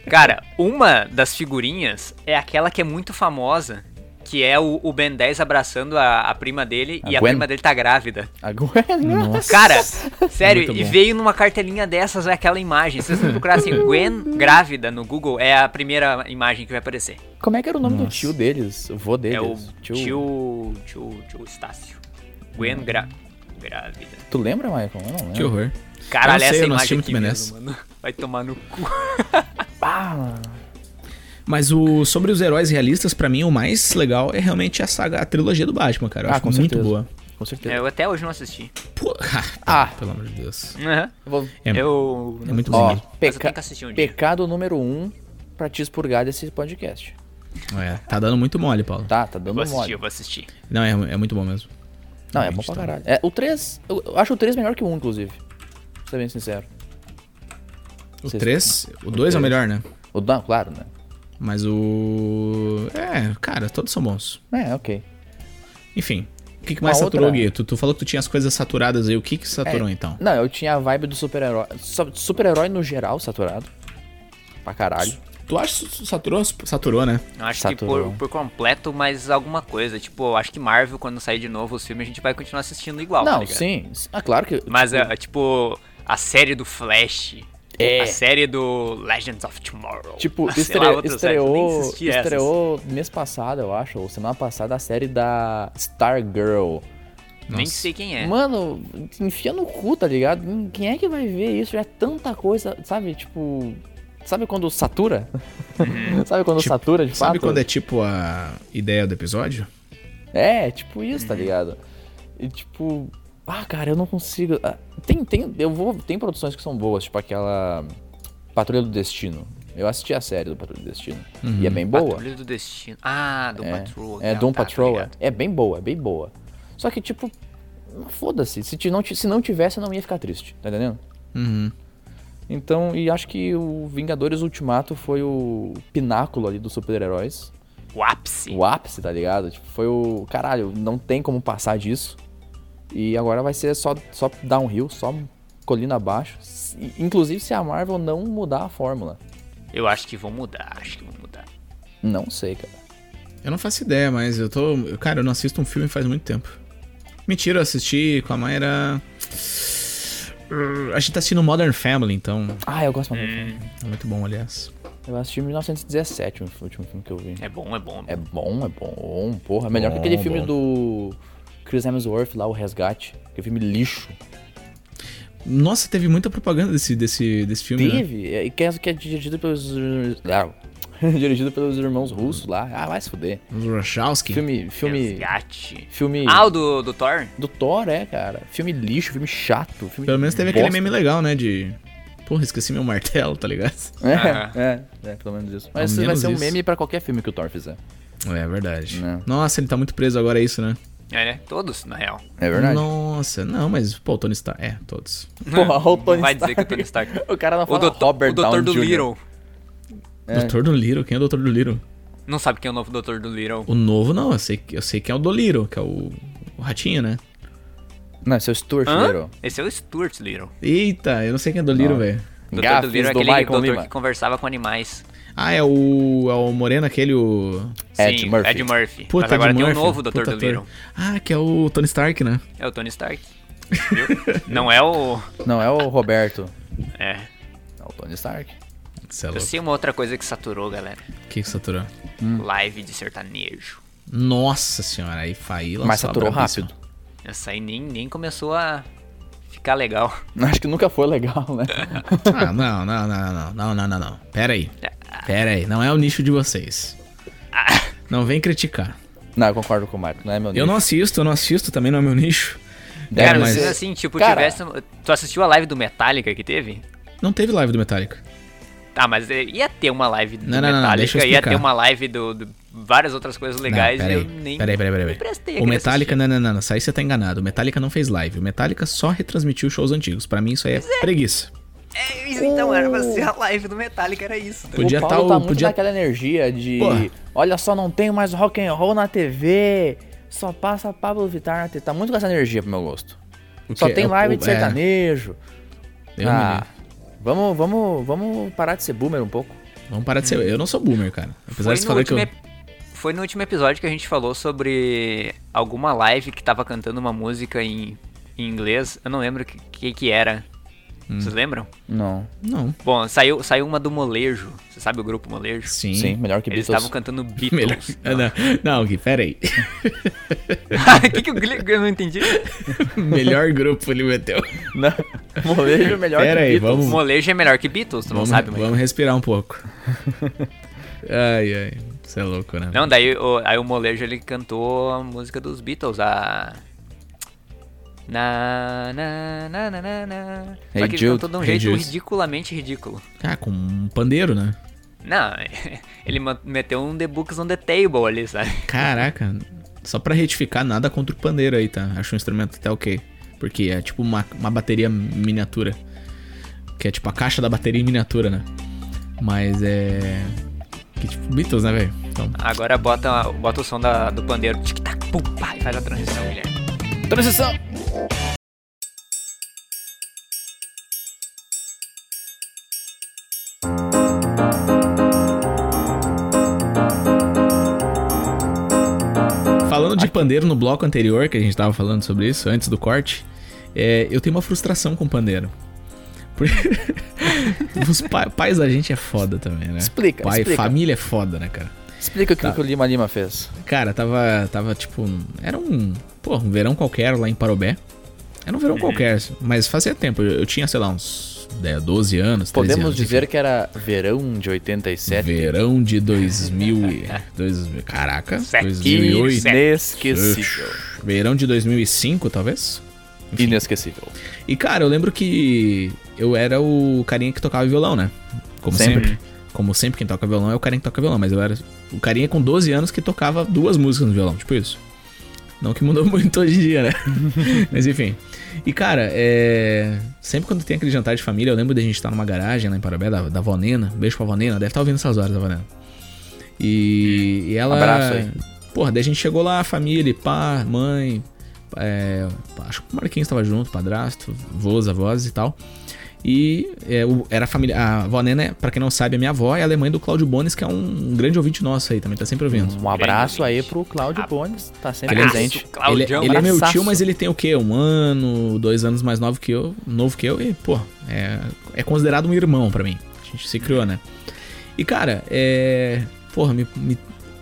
Speaker 3: Cara, uma das figurinhas é aquela que é muito famosa, que é o, o Ben 10 abraçando a, a prima dele
Speaker 1: A
Speaker 3: e a
Speaker 1: Gwen.
Speaker 3: prima dele tá grávida.
Speaker 1: Agora.
Speaker 2: Nossa.
Speaker 3: Cara, sério,
Speaker 2: Muito
Speaker 3: e
Speaker 2: bom.
Speaker 3: veio numa cartelinha dessas né, aquela imagem. Se vocês procurassem Gwen grávida no Google, é a primeira imagem que vai aparecer.
Speaker 1: Como é que era o nome do
Speaker 2: Nossa.
Speaker 1: tio deles? O vô deles?
Speaker 3: É o tio. Tio. Tio Estácio. Gwen gra- grávida.
Speaker 1: Tu lembra, Michael? Eu não
Speaker 2: Que
Speaker 1: lembro.
Speaker 2: horror.
Speaker 3: Caralho,
Speaker 2: Eu não sei,
Speaker 3: essa
Speaker 2: eu não assisti
Speaker 3: imagem
Speaker 2: muito
Speaker 3: aqui
Speaker 2: Ben
Speaker 3: mesmo, mano. Vai tomar no cu.
Speaker 1: Ah,
Speaker 2: Mas o sobre os heróis realistas, pra mim, o mais legal é realmente a saga, a trilogia do Batman, cara. Eu
Speaker 1: Ah,
Speaker 2: acho
Speaker 1: com
Speaker 2: muito
Speaker 1: certeza.
Speaker 2: boa.
Speaker 1: com certeza.
Speaker 3: É, Eu até hoje não assisti.
Speaker 2: Pô,
Speaker 1: Ah.
Speaker 2: pelo amor de Deus.
Speaker 3: Aham.
Speaker 1: Eu vou-
Speaker 2: É,
Speaker 3: Eu.
Speaker 2: é muito
Speaker 1: Ó,
Speaker 2: bonito.
Speaker 3: Mas eu
Speaker 1: peca-
Speaker 3: tenho que assistir um dia.
Speaker 1: pecado número um pra te expurgar desse podcast.
Speaker 2: É, tá dando muito mole, Paulo.
Speaker 1: Tá, tá dando
Speaker 3: Vou assistir,
Speaker 1: mole.
Speaker 3: eu vou assistir.
Speaker 2: Não, é, é muito bom mesmo.
Speaker 1: Não, é bom
Speaker 2: Tá.
Speaker 1: pra caralho. É, o 3, eu, eu acho o 3 melhor que o 1, inclusive. Pra ser bem sincero.
Speaker 2: O
Speaker 1: Vocês-
Speaker 2: 3, o 2 é o melhor, né?
Speaker 1: O, não, claro, né?
Speaker 2: Mas o. É, cara, todos são bons.
Speaker 1: É, ok.
Speaker 2: Enfim. O que, que mais
Speaker 1: Uma
Speaker 2: saturou,
Speaker 1: outra-
Speaker 2: Gui? Tu, tu falou que tu tinha as coisas saturadas aí. O que que saturou, então?
Speaker 1: Não, eu tinha a vibe do super-herói. so- Super-herói no geral, saturado. Pra caralho.
Speaker 2: Tu acha que tu saturou? Saturou, né?
Speaker 3: Não acho
Speaker 1: Saturou.
Speaker 3: que por, por completo, mas alguma coisa. Tipo, eu acho que Marvel, quando sair de novo os filmes, a gente vai continuar assistindo igual. tá
Speaker 1: não,
Speaker 3: ligado?
Speaker 1: sim. s- Ah, claro que.
Speaker 3: Mas, é, é, tipo, a série do Flash.
Speaker 1: É.
Speaker 3: A série do Legends of Tomorrow.
Speaker 1: Tipo,
Speaker 3: sei
Speaker 1: estre-
Speaker 3: lá, outra série, eu nem
Speaker 1: estreou,
Speaker 3: assisti essas.
Speaker 1: estreou mês passado, eu acho, ou semana passada, a série da Stargirl.
Speaker 3: Nem
Speaker 2: Nossa.
Speaker 3: sei quem é.
Speaker 1: Mano, enfia no cu, tá ligado? Quem é que vai ver isso? Já é tanta coisa, sabe? Tipo. Sabe quando satura?
Speaker 3: Uhum.
Speaker 1: sabe quando
Speaker 2: Tipo,
Speaker 1: satura de
Speaker 2: Sabe
Speaker 1: fato?
Speaker 2: quando é tipo a ideia do episódio?
Speaker 1: É, tipo isso, tá
Speaker 3: Uhum.
Speaker 1: ligado? E tipo. Ah, cara, eu não consigo. ah, Tem, tem, eu vou, tem produções que são boas, tipo aquela. Patrulha do Destino. Eu assisti a série do Patrulha do Destino. E é bem boa.
Speaker 3: Uhum. Patrulha do Destino. Ah, Doom
Speaker 1: É,
Speaker 3: Patrol.
Speaker 1: é
Speaker 3: tá,
Speaker 1: Doom
Speaker 3: tá, tá
Speaker 1: Patrol. é.
Speaker 3: ligado.
Speaker 1: é bem boa, é bem boa. Só que, tipo, foda-se. Se, ti- não ti- se não tivesse, eu não ia ficar triste, tá entendendo?
Speaker 2: Uhum.
Speaker 1: Então, e acho que o Vingadores Ultimato foi o pináculo ali dos super-heróis.
Speaker 3: O ápice.
Speaker 1: O ápice, tá ligado? Tipo, foi o. Caralho, não tem como passar disso. E agora vai ser só, só downhill, só colina abaixo. Se- Inclusive se a Marvel não mudar a fórmula.
Speaker 3: Eu acho que vão mudar, acho que vão mudar.
Speaker 1: Não sei, cara.
Speaker 2: Eu não faço ideia, mas eu tô. Cara, eu não assisto um filme faz muito tempo. Mentira, eu assisti com a Mayra. A gente tá assistindo Modern Family, então.
Speaker 1: Ah, eu gosto muito.
Speaker 2: É muito bom, aliás.
Speaker 1: Eu assisti em 1917 o último filme que eu vi.
Speaker 3: É bom, é bom.
Speaker 1: É bom, é bom, porra. Melhor que
Speaker 2: Bom,
Speaker 1: aquele filme
Speaker 2: bom.
Speaker 1: do Chris Hemsworth lá, o Resgate. Que é filme lixo.
Speaker 2: Nossa, teve muita propaganda desse, desse, desse filme. né?
Speaker 1: Teve, é, e que é, que é dirigido pelos. ah, dirigido pelos irmãos russos lá. Ah, vai se fuder.
Speaker 2: Os Wachowski.
Speaker 1: Filme. Filme.
Speaker 3: Resgate.
Speaker 1: Filme.
Speaker 3: Ah, o do, do Thor?
Speaker 1: Do Thor, é, cara. Filme lixo, filme chato. Filme
Speaker 2: Pelo menos teve aquele
Speaker 1: bosta.
Speaker 2: meme legal, né? De. Porra, esqueci meu martelo, tá ligado?
Speaker 3: Aham.
Speaker 1: É, é, é, pelo menos isso. Mas isso vai
Speaker 2: Pelo menos
Speaker 1: ser um
Speaker 2: isso.
Speaker 1: meme pra qualquer filme que o Thor fizer.
Speaker 2: É verdade.
Speaker 1: Não.
Speaker 2: Nossa, ele tá muito preso agora, é isso, né?
Speaker 3: É, né? Todos, na real.
Speaker 1: É verdade.
Speaker 2: Nossa, não, mas, pô, o Tony Stark. É, todos.
Speaker 1: Porra, o Tony
Speaker 3: Não vai dizer
Speaker 1: Stark.
Speaker 3: que o Tony Stark.
Speaker 1: O cara não
Speaker 3: O
Speaker 1: fala
Speaker 3: doutor,
Speaker 1: Robert
Speaker 3: o doutor
Speaker 1: Downey
Speaker 3: do
Speaker 1: Jr..
Speaker 3: Little.
Speaker 1: É.
Speaker 2: Doutor do Liro, quem é o Doutor do Liro?
Speaker 3: Não sabe quem é o novo doutor do Little.
Speaker 2: O novo não, eu sei, que- eu sei que é o Doliro, que é o, o ratinho, né?
Speaker 1: Não, esse é o Stuart
Speaker 3: Hã?
Speaker 1: Little.
Speaker 3: Esse é o Stuart Little.
Speaker 2: Eita, eu não sei quem é Doliro,
Speaker 1: Não.
Speaker 2: velho.
Speaker 3: Doutor
Speaker 1: Gafes
Speaker 3: do Little é
Speaker 1: do
Speaker 3: aquele
Speaker 1: Michael
Speaker 3: doutor
Speaker 1: Lima.
Speaker 3: que conversava com animais.
Speaker 2: Ah, é o, é o moreno aquele, o...
Speaker 1: Ed
Speaker 3: Sim,
Speaker 1: Murphy.
Speaker 3: Ed Murphy.
Speaker 2: Puta,
Speaker 3: Mas agora
Speaker 2: Ed
Speaker 3: tem o
Speaker 2: Murphy,
Speaker 3: novo doutor
Speaker 2: puta
Speaker 3: do
Speaker 2: ator.
Speaker 3: Little.
Speaker 2: Ah, que é o Tony Stark, né?
Speaker 3: É o Tony Stark. Viu? Não é o.
Speaker 1: Não, é o Roberto.
Speaker 3: É.
Speaker 1: É o Tony Stark.
Speaker 2: Cê é
Speaker 3: Eu
Speaker 2: louco.
Speaker 3: sei uma outra coisa que saturou, galera.
Speaker 2: O que que saturou? Hum.
Speaker 3: Live de sertanejo.
Speaker 2: Nossa senhora, aí Faí lançou
Speaker 1: Mas
Speaker 2: a
Speaker 1: saturou
Speaker 2: brabíssima.
Speaker 1: rápido.
Speaker 3: Essa aí nem, nem começou a ficar legal.
Speaker 1: Acho que nunca foi legal, né?
Speaker 2: Ah, não, não, não, não, não, não, não, não. Pera aí.
Speaker 3: Ah.
Speaker 2: Pera aí, não é o nicho de vocês. Não vem criticar.
Speaker 1: não, eu concordo com o Marco, não é meu
Speaker 2: Eu não assisto, eu não assisto, também não é meu nicho.
Speaker 1: Deve
Speaker 3: cara,
Speaker 2: É, mas-
Speaker 3: mas assim, tipo,
Speaker 1: Cara-
Speaker 3: tivesse. Tu assistiu a live do Metallica que teve?
Speaker 2: Não teve live do Metallica.
Speaker 3: Tá, mas eh, ia ter uma live do
Speaker 2: Não, não, não, não, deixa
Speaker 3: Metallica,
Speaker 2: eu
Speaker 3: ia
Speaker 2: explicar.
Speaker 3: ter uma live do, do várias outras coisas legais
Speaker 2: não,
Speaker 3: e
Speaker 2: peraí,
Speaker 3: eu nem.
Speaker 2: peraí, peraí, peraí.
Speaker 3: nem prestei
Speaker 2: O
Speaker 3: aquele
Speaker 2: Metallica, não, não, não, não, isso aí você tá enganado. O Metallica não fez live. O Metallica só retransmitiu shows antigos. Pra mim isso aí é, preguiça.
Speaker 3: É, isso então, era pra ser a
Speaker 2: Uh.
Speaker 3: live do Metallica, era isso. tá?
Speaker 2: Podia
Speaker 1: o
Speaker 2: tá
Speaker 1: Paulo
Speaker 2: o-
Speaker 1: tá, muito
Speaker 2: podia-
Speaker 1: naquela energia de...
Speaker 2: Porra.
Speaker 1: Olha só, não tem mais rock and roll na TV. Só passa Pablo Vittar na TV. Tá muito com essa energia pro meu gosto.
Speaker 2: O
Speaker 1: Só
Speaker 2: que-
Speaker 1: tem
Speaker 2: é,
Speaker 1: live
Speaker 2: o-
Speaker 1: de
Speaker 2: é,
Speaker 1: sertanejo.
Speaker 2: eu me
Speaker 1: ah,
Speaker 2: lembro.
Speaker 1: vamos, vamos, vamos parar de ser boomer um pouco.
Speaker 2: Vamos parar de ser. Eu não sou boomer, cara. Apesar
Speaker 3: Foi
Speaker 2: de você
Speaker 3: no,
Speaker 2: falar que eu.
Speaker 3: último, ep- foi no último episódio que a gente falou sobre alguma live que tava cantando uma música em, em inglês. Eu não lembro o que, que que era.
Speaker 2: Hum.
Speaker 3: Vocês lembram?
Speaker 1: Não.
Speaker 2: Não.
Speaker 3: Bom, saiu, saiu uma do Molejo. Você sabe o grupo Molejo?
Speaker 2: Sim.
Speaker 1: Sim, melhor que
Speaker 3: Eles
Speaker 1: Beatles.
Speaker 3: estavam cantando Beatles.
Speaker 2: Melhor. Ah, Não, não Gui, pera aí.
Speaker 3: O que, que o Glee- eu não entendi?
Speaker 2: Melhor grupo ele meteu.
Speaker 1: Não, molejo é melhor
Speaker 2: Pera
Speaker 1: que
Speaker 2: aí,
Speaker 1: Beatles.
Speaker 2: vamos-
Speaker 3: Molejo é melhor que Beatles, tu não
Speaker 2: Hum. Vamos,
Speaker 3: sabe, mas...
Speaker 2: vamos respirar um pouco. Ai, ai. Você é louco, né?
Speaker 3: Não, daí o, aí o Molejo ele cantou a música dos Beatles, a. Na, na, na, na, na, na. Só
Speaker 1: Hey
Speaker 3: que
Speaker 1: Jude,
Speaker 3: ele cantou de um
Speaker 2: Hey
Speaker 3: jeito
Speaker 2: Jude.
Speaker 3: ridiculamente ridículo.
Speaker 2: Ah, com um pandeiro, né?
Speaker 3: Não, ele ma- meteu um The Books on the Table ali, sabe?
Speaker 2: Caraca, só pra retificar, nada contra o pandeiro aí, tá? Acho um instrumento até ok. Porque é tipo uma, uma bateria miniatura. Que é tipo a caixa da bateria em miniatura, né? Mas é. Que tipo, Beatles, né, velho? Então,
Speaker 3: Agora bota, bota o som da- do pandeiro, tic-tac, pum, pá, e faz a transição, Guilherme.
Speaker 1: Transição!
Speaker 2: Falando de pandeiro no bloco anterior, que a gente tava falando sobre isso, antes do corte, é, eu tenho uma frustração com pandeiro. Por- Os pa- pais da gente é foda também, né?
Speaker 1: Explica,
Speaker 2: Pai,
Speaker 1: explica.
Speaker 2: família é foda, né, cara?
Speaker 1: Explica o que
Speaker 2: Tá.
Speaker 1: o que o Lima Lima fez.
Speaker 2: Cara, tava, tava tipo. um- Era um. Porra, um verão qualquer lá em Parobé. Era um verão qualquer, mas fazia tempo. Eu, eu tinha, sei lá, uns 10, 12 anos. 13
Speaker 1: Podemos
Speaker 2: anos, tipo,
Speaker 1: dizer que era verão de 87.
Speaker 2: Verão de 2000 e... 2000 caraca,
Speaker 3: Sete.
Speaker 2: 2008.
Speaker 1: Inesquecível.
Speaker 2: Verão de 2005, talvez? Enfim.
Speaker 1: Inesquecível.
Speaker 2: E cara, eu lembro que eu era o carinha que tocava violão, né? Como sempre.
Speaker 1: Sempre.
Speaker 2: Como sempre, quem toca violão é o carinha que toca violão, mas eu era o carinha com 12 anos que tocava duas músicas no violão, tipo isso. Não que mudou muito hoje em dia, né? mas enfim. E cara, é... sempre quando tem aquele jantar de família, eu lembro da gente estar numa garagem lá em Parabé, da, da Vó Nena. Beijo pra Vó Nena, deve estar ouvindo essas horas, a Vó Nena. E, e ela.
Speaker 1: Abraço aí.
Speaker 2: Porra, daí a gente chegou lá, família, pá, mãe, é, acho que o Marquinhos tava junto, padrasto, vôs, avós e tal. E é, o- era a família. A avó Nena, pra quem não sabe, é minha avó, é a mãe do Claudio Bones, que é um, grande ouvinte nosso aí, também tá sempre ouvindo.
Speaker 1: Um abraço aí
Speaker 3: ouvinte.
Speaker 1: pro Cláudio Bones, tá sempre
Speaker 2: Ah. Aliás,
Speaker 1: presente.
Speaker 2: Ele,
Speaker 3: Claudião.
Speaker 2: ele é meu tio,
Speaker 1: abraçaço.
Speaker 2: mas ele tem o quê? Um ano, dois anos mais novo que eu, novo que eu, e, pô, é, é considerado um irmão pra mim. A gente se criou, né? E, cara, é. Porra, me, me-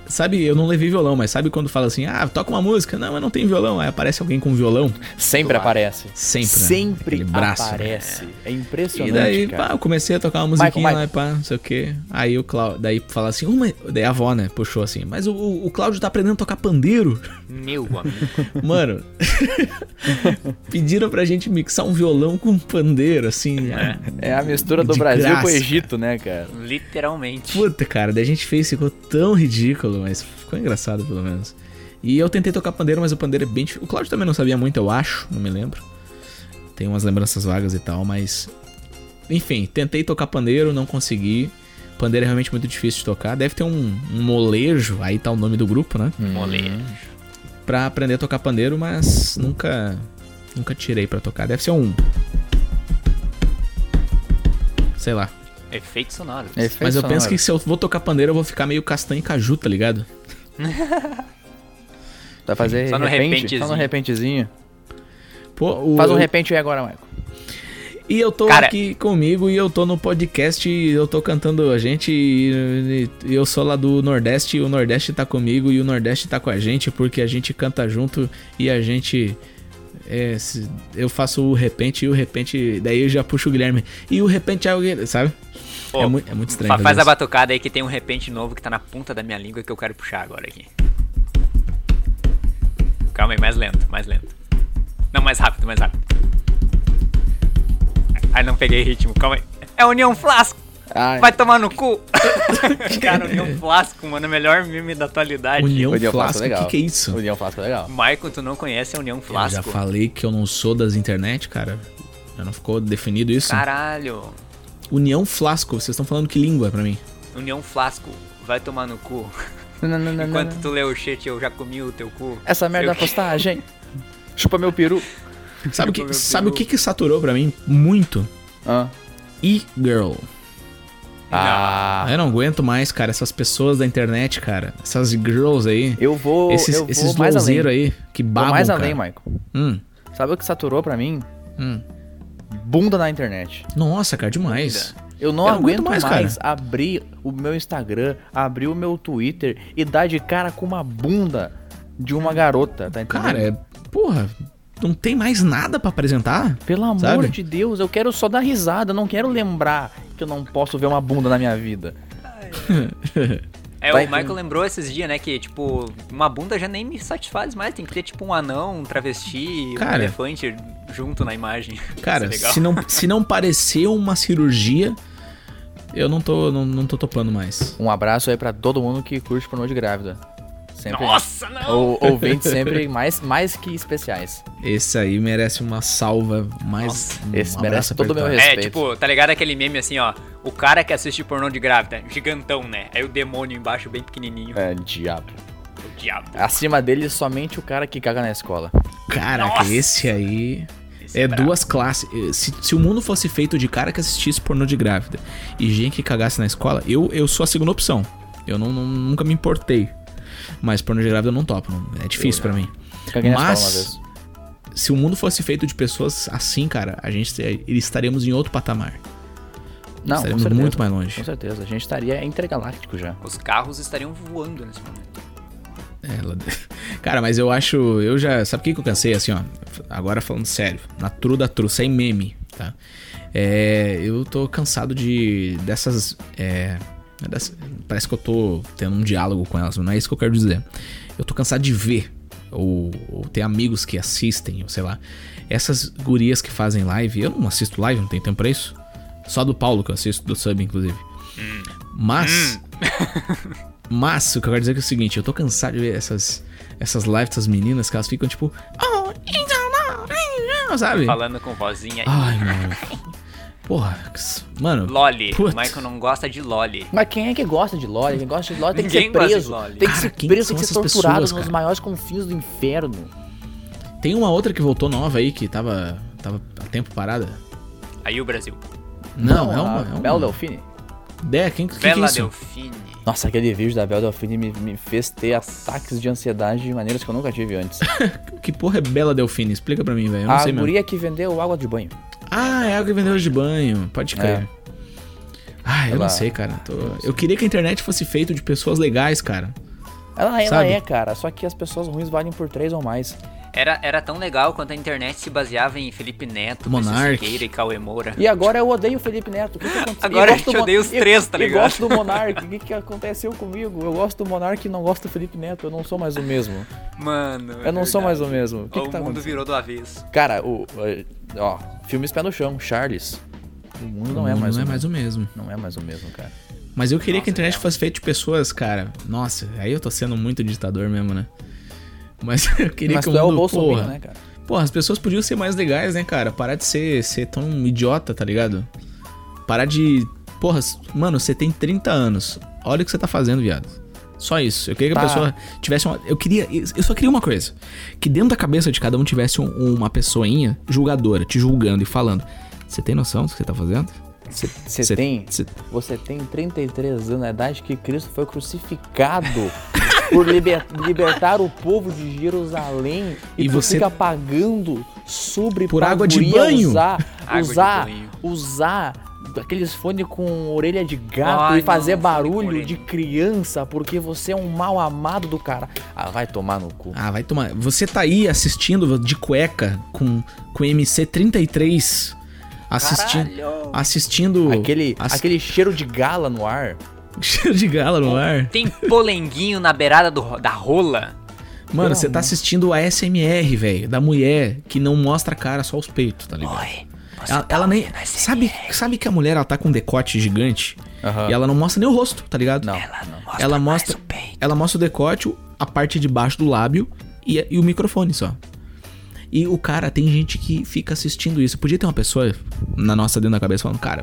Speaker 2: Sabe, eu não levei violão, mas sabe quando fala assim, ah, toca uma música? Não, eu não tenho violão. Aí aparece alguém com violão.
Speaker 1: Sempre
Speaker 3: Claro.
Speaker 1: aparece.
Speaker 2: Sempre. né?
Speaker 1: Sempre
Speaker 2: Aquele braço, né?
Speaker 1: aparece. É
Speaker 2: E
Speaker 1: impressionante,
Speaker 2: daí,
Speaker 1: cara.
Speaker 2: pá, eu comecei a tocar uma musiquinha
Speaker 1: Michael,
Speaker 2: lá e pá, não sei o quê. Aí o Cláudio, daí fala assim, uma, daí a avó, né, puxou assim, mas o, o Cláudio tá aprendendo a tocar pandeiro.
Speaker 3: Meu amigo.
Speaker 2: Mano, pediram pra gente mixar um violão com um pandeiro, assim.
Speaker 1: É a mistura do
Speaker 2: De
Speaker 1: Brasil com o
Speaker 2: graça.
Speaker 1: Egito, né, cara?
Speaker 3: Literalmente.
Speaker 2: Puta, cara, daí a gente fez, ficou tão ridículo, mas ficou engraçado pelo menos. E eu tentei tocar pandeiro, mas o pandeiro é bem difícil. O Claudio também não sabia muito, eu acho, não me lembro. Tem umas lembranças vagas e tal, mas. Enfim, tentei tocar pandeiro, não consegui. Pandeiro é realmente muito difícil de tocar. Deve ter um, um molejo, aí tá o nome do grupo, né?
Speaker 3: Molejo.
Speaker 2: Pra aprender a tocar pandeiro, mas nunca. Nunca tirei pra tocar. Deve ser um. Sei lá.
Speaker 3: Efeitos sonoros.
Speaker 1: É
Speaker 2: Mas eu penso que se eu vou tocar pandeiro, eu vou ficar meio castanho e caju, tá ligado?
Speaker 1: Vai fazer
Speaker 3: Só no
Speaker 1: repente,
Speaker 3: repentezinho.
Speaker 1: só no repentezinho.
Speaker 2: Pô, o-
Speaker 1: Faz um repente aí agora, Michael.
Speaker 2: E eu tô
Speaker 3: Cara-
Speaker 2: aqui comigo e eu tô no podcast e eu tô cantando a gente e, e eu sou lá do Nordeste e o Nordeste tá comigo e o Nordeste tá com a gente porque a gente canta junto e a gente... é, se- eu faço o repente e o repente... Daí eu já puxo o Guilherme. E o repente é alguém... Sabe?
Speaker 3: Pô,
Speaker 2: é, muito, é muito estranho.
Speaker 3: Fa-
Speaker 2: fazer
Speaker 3: Faz a
Speaker 2: isso.
Speaker 3: batucada aí que tem um repente novo que tá na ponta da minha língua que eu quero puxar agora aqui. Calma aí, mais lento, mais lento. Não, mais rápido, mais rápido. Ai, não peguei ritmo, calma aí. É União Flasco!
Speaker 1: Ai,
Speaker 3: Vai tomar no cu! Cara, União Flasco, mano, é o melhor meme da atualidade.
Speaker 2: União
Speaker 1: União
Speaker 2: Flasco,
Speaker 1: Flasco
Speaker 2: o
Speaker 1: é
Speaker 2: que,
Speaker 1: legal.
Speaker 2: que é isso?
Speaker 1: União Flasco é legal.
Speaker 3: Michael, tu não conhece a União
Speaker 2: Eu já
Speaker 3: Flasco?
Speaker 2: falei que eu não sou das internet, cara. Já não ficou definido isso?
Speaker 3: Caralho!
Speaker 2: União Flasco, vocês estão falando que língua pra mim?
Speaker 3: União Flasco, vai tomar no cu.
Speaker 1: Não, não, não, não,
Speaker 3: Enquanto
Speaker 1: não.
Speaker 3: tu lê o shit, eu já comi o teu cu.
Speaker 1: Essa merda da
Speaker 3: Sei o quê.
Speaker 1: postagem. Chupa meu peru.
Speaker 2: Sabe, o
Speaker 3: Meu
Speaker 2: que,
Speaker 3: Deus.
Speaker 2: sabe o que que saturou pra mim muito?
Speaker 1: Ah.
Speaker 2: E-girl.
Speaker 1: Ah.
Speaker 2: Eu não aguento mais, cara, essas pessoas da internet, cara. Essas girls aí.
Speaker 1: Eu vou,
Speaker 2: esses
Speaker 1: eu
Speaker 2: esses
Speaker 1: vou mais além.
Speaker 2: louzeiros aí que
Speaker 1: vou
Speaker 2: babam,
Speaker 1: mais
Speaker 2: cara.
Speaker 1: além, Michael.
Speaker 2: Hum,
Speaker 1: Sabe o que saturou pra mim?
Speaker 2: hum.
Speaker 1: Bunda na internet.
Speaker 2: Nossa, cara, demais.
Speaker 1: Eu não,
Speaker 2: Eu não aguento
Speaker 1: aguento
Speaker 2: mais,
Speaker 1: mais, abrir o meu Instagram, abrir o meu Twitter e dar de cara com uma bunda de uma garota, tá entendendo?
Speaker 2: Cara, é, porra, não tem mais nada pra apresentar?
Speaker 1: Pelo amor
Speaker 2: Sabe?
Speaker 1: de Deus, eu quero só dar risada, eu não quero lembrar que eu não posso ver uma bunda na minha vida.
Speaker 3: É,
Speaker 1: Vai
Speaker 3: o Michael lembrou esses dias, né, que, tipo, uma bunda já nem me satisfaz mais, tem que ter, tipo, um anão, um travesti,
Speaker 2: Cara.
Speaker 3: um elefante junto na imagem.
Speaker 2: Cara,
Speaker 3: Isso é legal.
Speaker 2: se não, se não parecer uma cirurgia, eu não tô, não, não tô topando mais.
Speaker 1: Um abraço aí pra todo mundo que curte pornô de grávida. Sempre.
Speaker 3: Nossa, não!
Speaker 1: Ou, ouvintes sempre mais, mais que especiais.
Speaker 2: Esse aí merece uma salva mais. um
Speaker 1: esse
Speaker 2: abraço
Speaker 1: merece todo o meu
Speaker 2: apertado.
Speaker 1: respeito.
Speaker 3: É, tipo, tá ligado aquele meme assim, ó. O cara que assiste pornô de grávida, gigantão, né? Aí o demônio embaixo, bem pequenininho,
Speaker 1: É, diabo.
Speaker 3: o diabo.
Speaker 1: Acima dele, somente o cara que caga na escola.
Speaker 2: Caraca,
Speaker 3: Nossa!
Speaker 2: esse aí.
Speaker 3: Esse
Speaker 2: É
Speaker 3: brabo.
Speaker 2: duas classes. Se, se o mundo fosse feito de cara que assistisse pornô de grávida e gente que cagasse na escola, eu, eu sou a segunda opção. Eu não, não- nunca me importei. Mas pornô de grávida eu não topo. não- É difícil pra mim.
Speaker 1: Caguei na
Speaker 2: Mas-
Speaker 1: escola uma vez.
Speaker 2: Se o mundo fosse feito de pessoas assim, cara, a gente estaríamos em outro patamar.
Speaker 1: Não, com
Speaker 2: estaríamos
Speaker 1: certeza.
Speaker 2: muito mais
Speaker 1: Com
Speaker 2: longe.
Speaker 1: certeza. A gente estaria intergaláctico já.
Speaker 3: Os carros estariam voando nesse momento.
Speaker 2: É, ela- Cara, mas eu acho. Eu já. Sabe o que que eu cansei? Assim, ó. Agora falando sério. Na tru da tru, sem meme, tá? É, eu tô cansado de. dessas. é, dessas- parece que eu tô tendo um diálogo com elas, mas não é isso que eu quero dizer. Eu tô cansado de ver. Ou, ou ter amigos que assistem, ou sei lá. Essas gurias que fazem live. Eu não assisto live, não tenho tempo pra isso. Só do Paulo que eu assisto, do sub, inclusive. Mas. Mas o que eu quero dizer é, que é o seguinte, eu tô cansado de ver essas, essas lives dessas meninas que elas ficam tipo. "Oh, então não", Sabe?
Speaker 3: Falando com vozinha.
Speaker 1: Ah,
Speaker 2: Ai, mano. Porra, que s- mano.
Speaker 3: Loli.
Speaker 2: Putz.
Speaker 3: O Michael não gosta de Loli.
Speaker 1: Mas quem é que gosta de Loli? Quem gosta de Loli tem que ser
Speaker 3: Ninguém gosta de
Speaker 1: preso.
Speaker 3: Loli.
Speaker 1: Tem que
Speaker 2: Cara,
Speaker 1: ser
Speaker 2: quem
Speaker 1: preso,
Speaker 2: são
Speaker 1: tem que ser
Speaker 2: essas
Speaker 1: torturado
Speaker 2: pessoas,
Speaker 1: nos
Speaker 2: cara?
Speaker 1: maiores confins do inferno.
Speaker 2: Tem uma outra que voltou nova aí que tava. tava há tempo parada.
Speaker 3: Aí o Brasil.
Speaker 2: Não, é uma.
Speaker 1: a
Speaker 2: É uma...
Speaker 1: Bel Delfine.
Speaker 2: É, quem que, que é
Speaker 3: Bela
Speaker 2: isso?
Speaker 3: Delfine.
Speaker 1: Nossa, aquele vídeo da Bel Delfine me, me fez ter ataques de ansiedade de maneiras que eu nunca tive antes.
Speaker 2: Que porra é Bela Delfine? Explica pra mim, velho. Eu não
Speaker 1: a
Speaker 2: sei mesmo.
Speaker 1: guria que vendeu água de banho.
Speaker 2: Ah, é água que vendeu de banho. Pode crer.
Speaker 1: É.
Speaker 2: Ah, eu
Speaker 1: Ela-
Speaker 2: não sei, cara. Tô- Eu queria que a internet fosse feita de pessoas legais, cara.
Speaker 1: Ela, ela
Speaker 2: Sabe?
Speaker 1: é, cara. Só que as pessoas ruins valem por três ou mais.
Speaker 3: Era, era tão legal quando a internet se baseava em Felipe Neto,
Speaker 2: Monark.
Speaker 3: Monarque. Siqueira e Cauê Moura.
Speaker 1: E agora eu odeio o Felipe Neto. O que que aconteceu?
Speaker 3: Agora
Speaker 1: Eu
Speaker 3: a
Speaker 1: gosto
Speaker 3: gente
Speaker 1: do Mon-
Speaker 3: odeia os
Speaker 1: eu-
Speaker 3: três, tá ligado?
Speaker 1: Eu gosto do Monark. O que, que aconteceu comigo? Eu gosto do Monark e não gosto do Felipe Neto. Eu não sou mais o mesmo.
Speaker 3: Mano. é
Speaker 1: Eu não sou mais
Speaker 3: verdade.
Speaker 1: o mesmo. O que,
Speaker 3: o
Speaker 1: que tá
Speaker 3: mundo
Speaker 1: acontecendo?
Speaker 3: virou do avesso.
Speaker 1: Cara, o. Ó, filmes pé no chão, Charles. O mundo não é mais
Speaker 2: não
Speaker 1: o
Speaker 2: é mais
Speaker 1: mesmo. é.
Speaker 2: o mesmo.
Speaker 1: Não é mais o mesmo, cara.
Speaker 2: Mas eu queria que a
Speaker 3: Nossa,
Speaker 2: internet
Speaker 3: cara.
Speaker 2: fosse feita de pessoas, cara. Nossa, aí eu tô sendo muito ditador mesmo, né? Mas eu queria
Speaker 1: Mas
Speaker 2: que o
Speaker 1: tu é o
Speaker 2: mundo,
Speaker 1: Bolsonaro,
Speaker 2: porra,
Speaker 1: né, cara?
Speaker 2: porra, as pessoas podiam ser mais legais, né, cara? Parar de ser, ser tão idiota, tá ligado? Parar de, porra, s- mano, você tem 30 anos. Olha o que você tá fazendo, viado. Só isso. Eu queria que a
Speaker 1: Tá.
Speaker 2: pessoa tivesse uma, eu queria, eu só queria uma coisa, que dentro da cabeça de cada um tivesse um- uma pessoinha julgadora, te julgando e falando: "Você tem noção do que você tá fazendo?"
Speaker 1: Você
Speaker 2: Cê-
Speaker 1: tem.
Speaker 2: cê-
Speaker 1: Você tem 33 anos, na idade que Cristo foi crucificado por liber- libertar o povo de Jerusalém e,
Speaker 2: E
Speaker 1: tu
Speaker 2: você-
Speaker 1: fica pagando sobre
Speaker 2: Por
Speaker 1: pra
Speaker 2: água de
Speaker 1: guria
Speaker 2: banho.
Speaker 1: usar,
Speaker 3: Água de
Speaker 1: usar,
Speaker 3: banho.
Speaker 1: usar aqueles fones com orelha de gato
Speaker 3: Ai,
Speaker 1: e fazer
Speaker 3: não, fone com
Speaker 1: barulho
Speaker 3: orelha.
Speaker 1: de criança porque você é um mal amado do cara. Ah, vai tomar no cu.
Speaker 2: Ah, vai tomar. Você tá aí assistindo de cueca com com MC33 assistindo assistindo
Speaker 1: Aquele,
Speaker 2: ass-
Speaker 1: aquele cheiro de gala no ar.
Speaker 2: cheiro de gala no ar.
Speaker 3: Tem polenguinho na beirada do ro- da rola.
Speaker 2: Mano, você
Speaker 1: amor.
Speaker 2: tá assistindo a SMR, velho, da mulher que não mostra a cara, só os peitos, tá ligado?
Speaker 3: Oi. você
Speaker 2: Ela,
Speaker 3: tá
Speaker 2: ela nem
Speaker 3: ouvindo esse-
Speaker 2: sabe, sabe que a mulher ela tá com um decote gigante
Speaker 1: Aham.
Speaker 2: e ela não mostra nem o rosto, tá ligado?
Speaker 1: Não,
Speaker 3: Ela
Speaker 1: não.
Speaker 3: Ah. mostra,
Speaker 2: Ela
Speaker 3: mais
Speaker 2: mostra-
Speaker 3: o peito.
Speaker 2: Ela mostra o decote, a parte de baixo do lábio e, e o microfone só. E o cara, tem gente que fica assistindo isso. Podia ter uma pessoa na nossa dentro da cabeça falando, cara,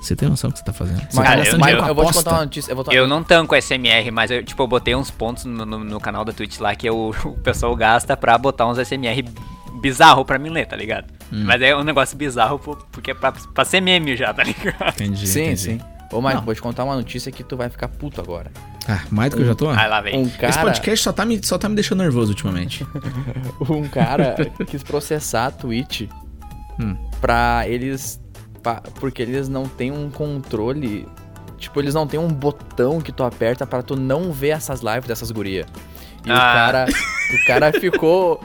Speaker 2: você tem noção do que você tá fazendo? Você
Speaker 1: Mas,
Speaker 2: tá
Speaker 3: Cara,
Speaker 2: gastando
Speaker 3: eu-
Speaker 2: dinheiro
Speaker 3: eu-
Speaker 2: com
Speaker 1: eu vou te
Speaker 2: aposta."
Speaker 1: contar uma notícia. Eu vou te-
Speaker 3: Eu não tanco SMR, mas eu, tipo, eu botei uns pontos no, no- no canal da Twitch lá que eu- o pessoal gasta pra botar uns SMR bizarro pra mim ler, tá ligado?
Speaker 2: Hum.
Speaker 3: Mas é um negócio bizarro po- porque é pra, pra ser meme já, tá ligado?
Speaker 2: Entendi,
Speaker 1: Sim,
Speaker 2: entendi.
Speaker 1: sim. Ô, Mike,
Speaker 2: Não.
Speaker 1: vou te contar uma notícia que tu vai ficar puto agora.
Speaker 2: Ah, mais do que eu já tô?
Speaker 3: Aí lá vem.
Speaker 1: Um
Speaker 2: Esse
Speaker 1: cara,
Speaker 2: podcast só tá, me, só tá me deixando nervoso ultimamente.
Speaker 1: um cara quis processar a Twitch
Speaker 2: Hum.
Speaker 1: pra eles. pa- porque eles não têm um controle. Tipo, eles não têm um botão que tu aperta pra tu não ver essas lives dessas gurias. E o
Speaker 3: Ah.
Speaker 1: cara. O cara ficou.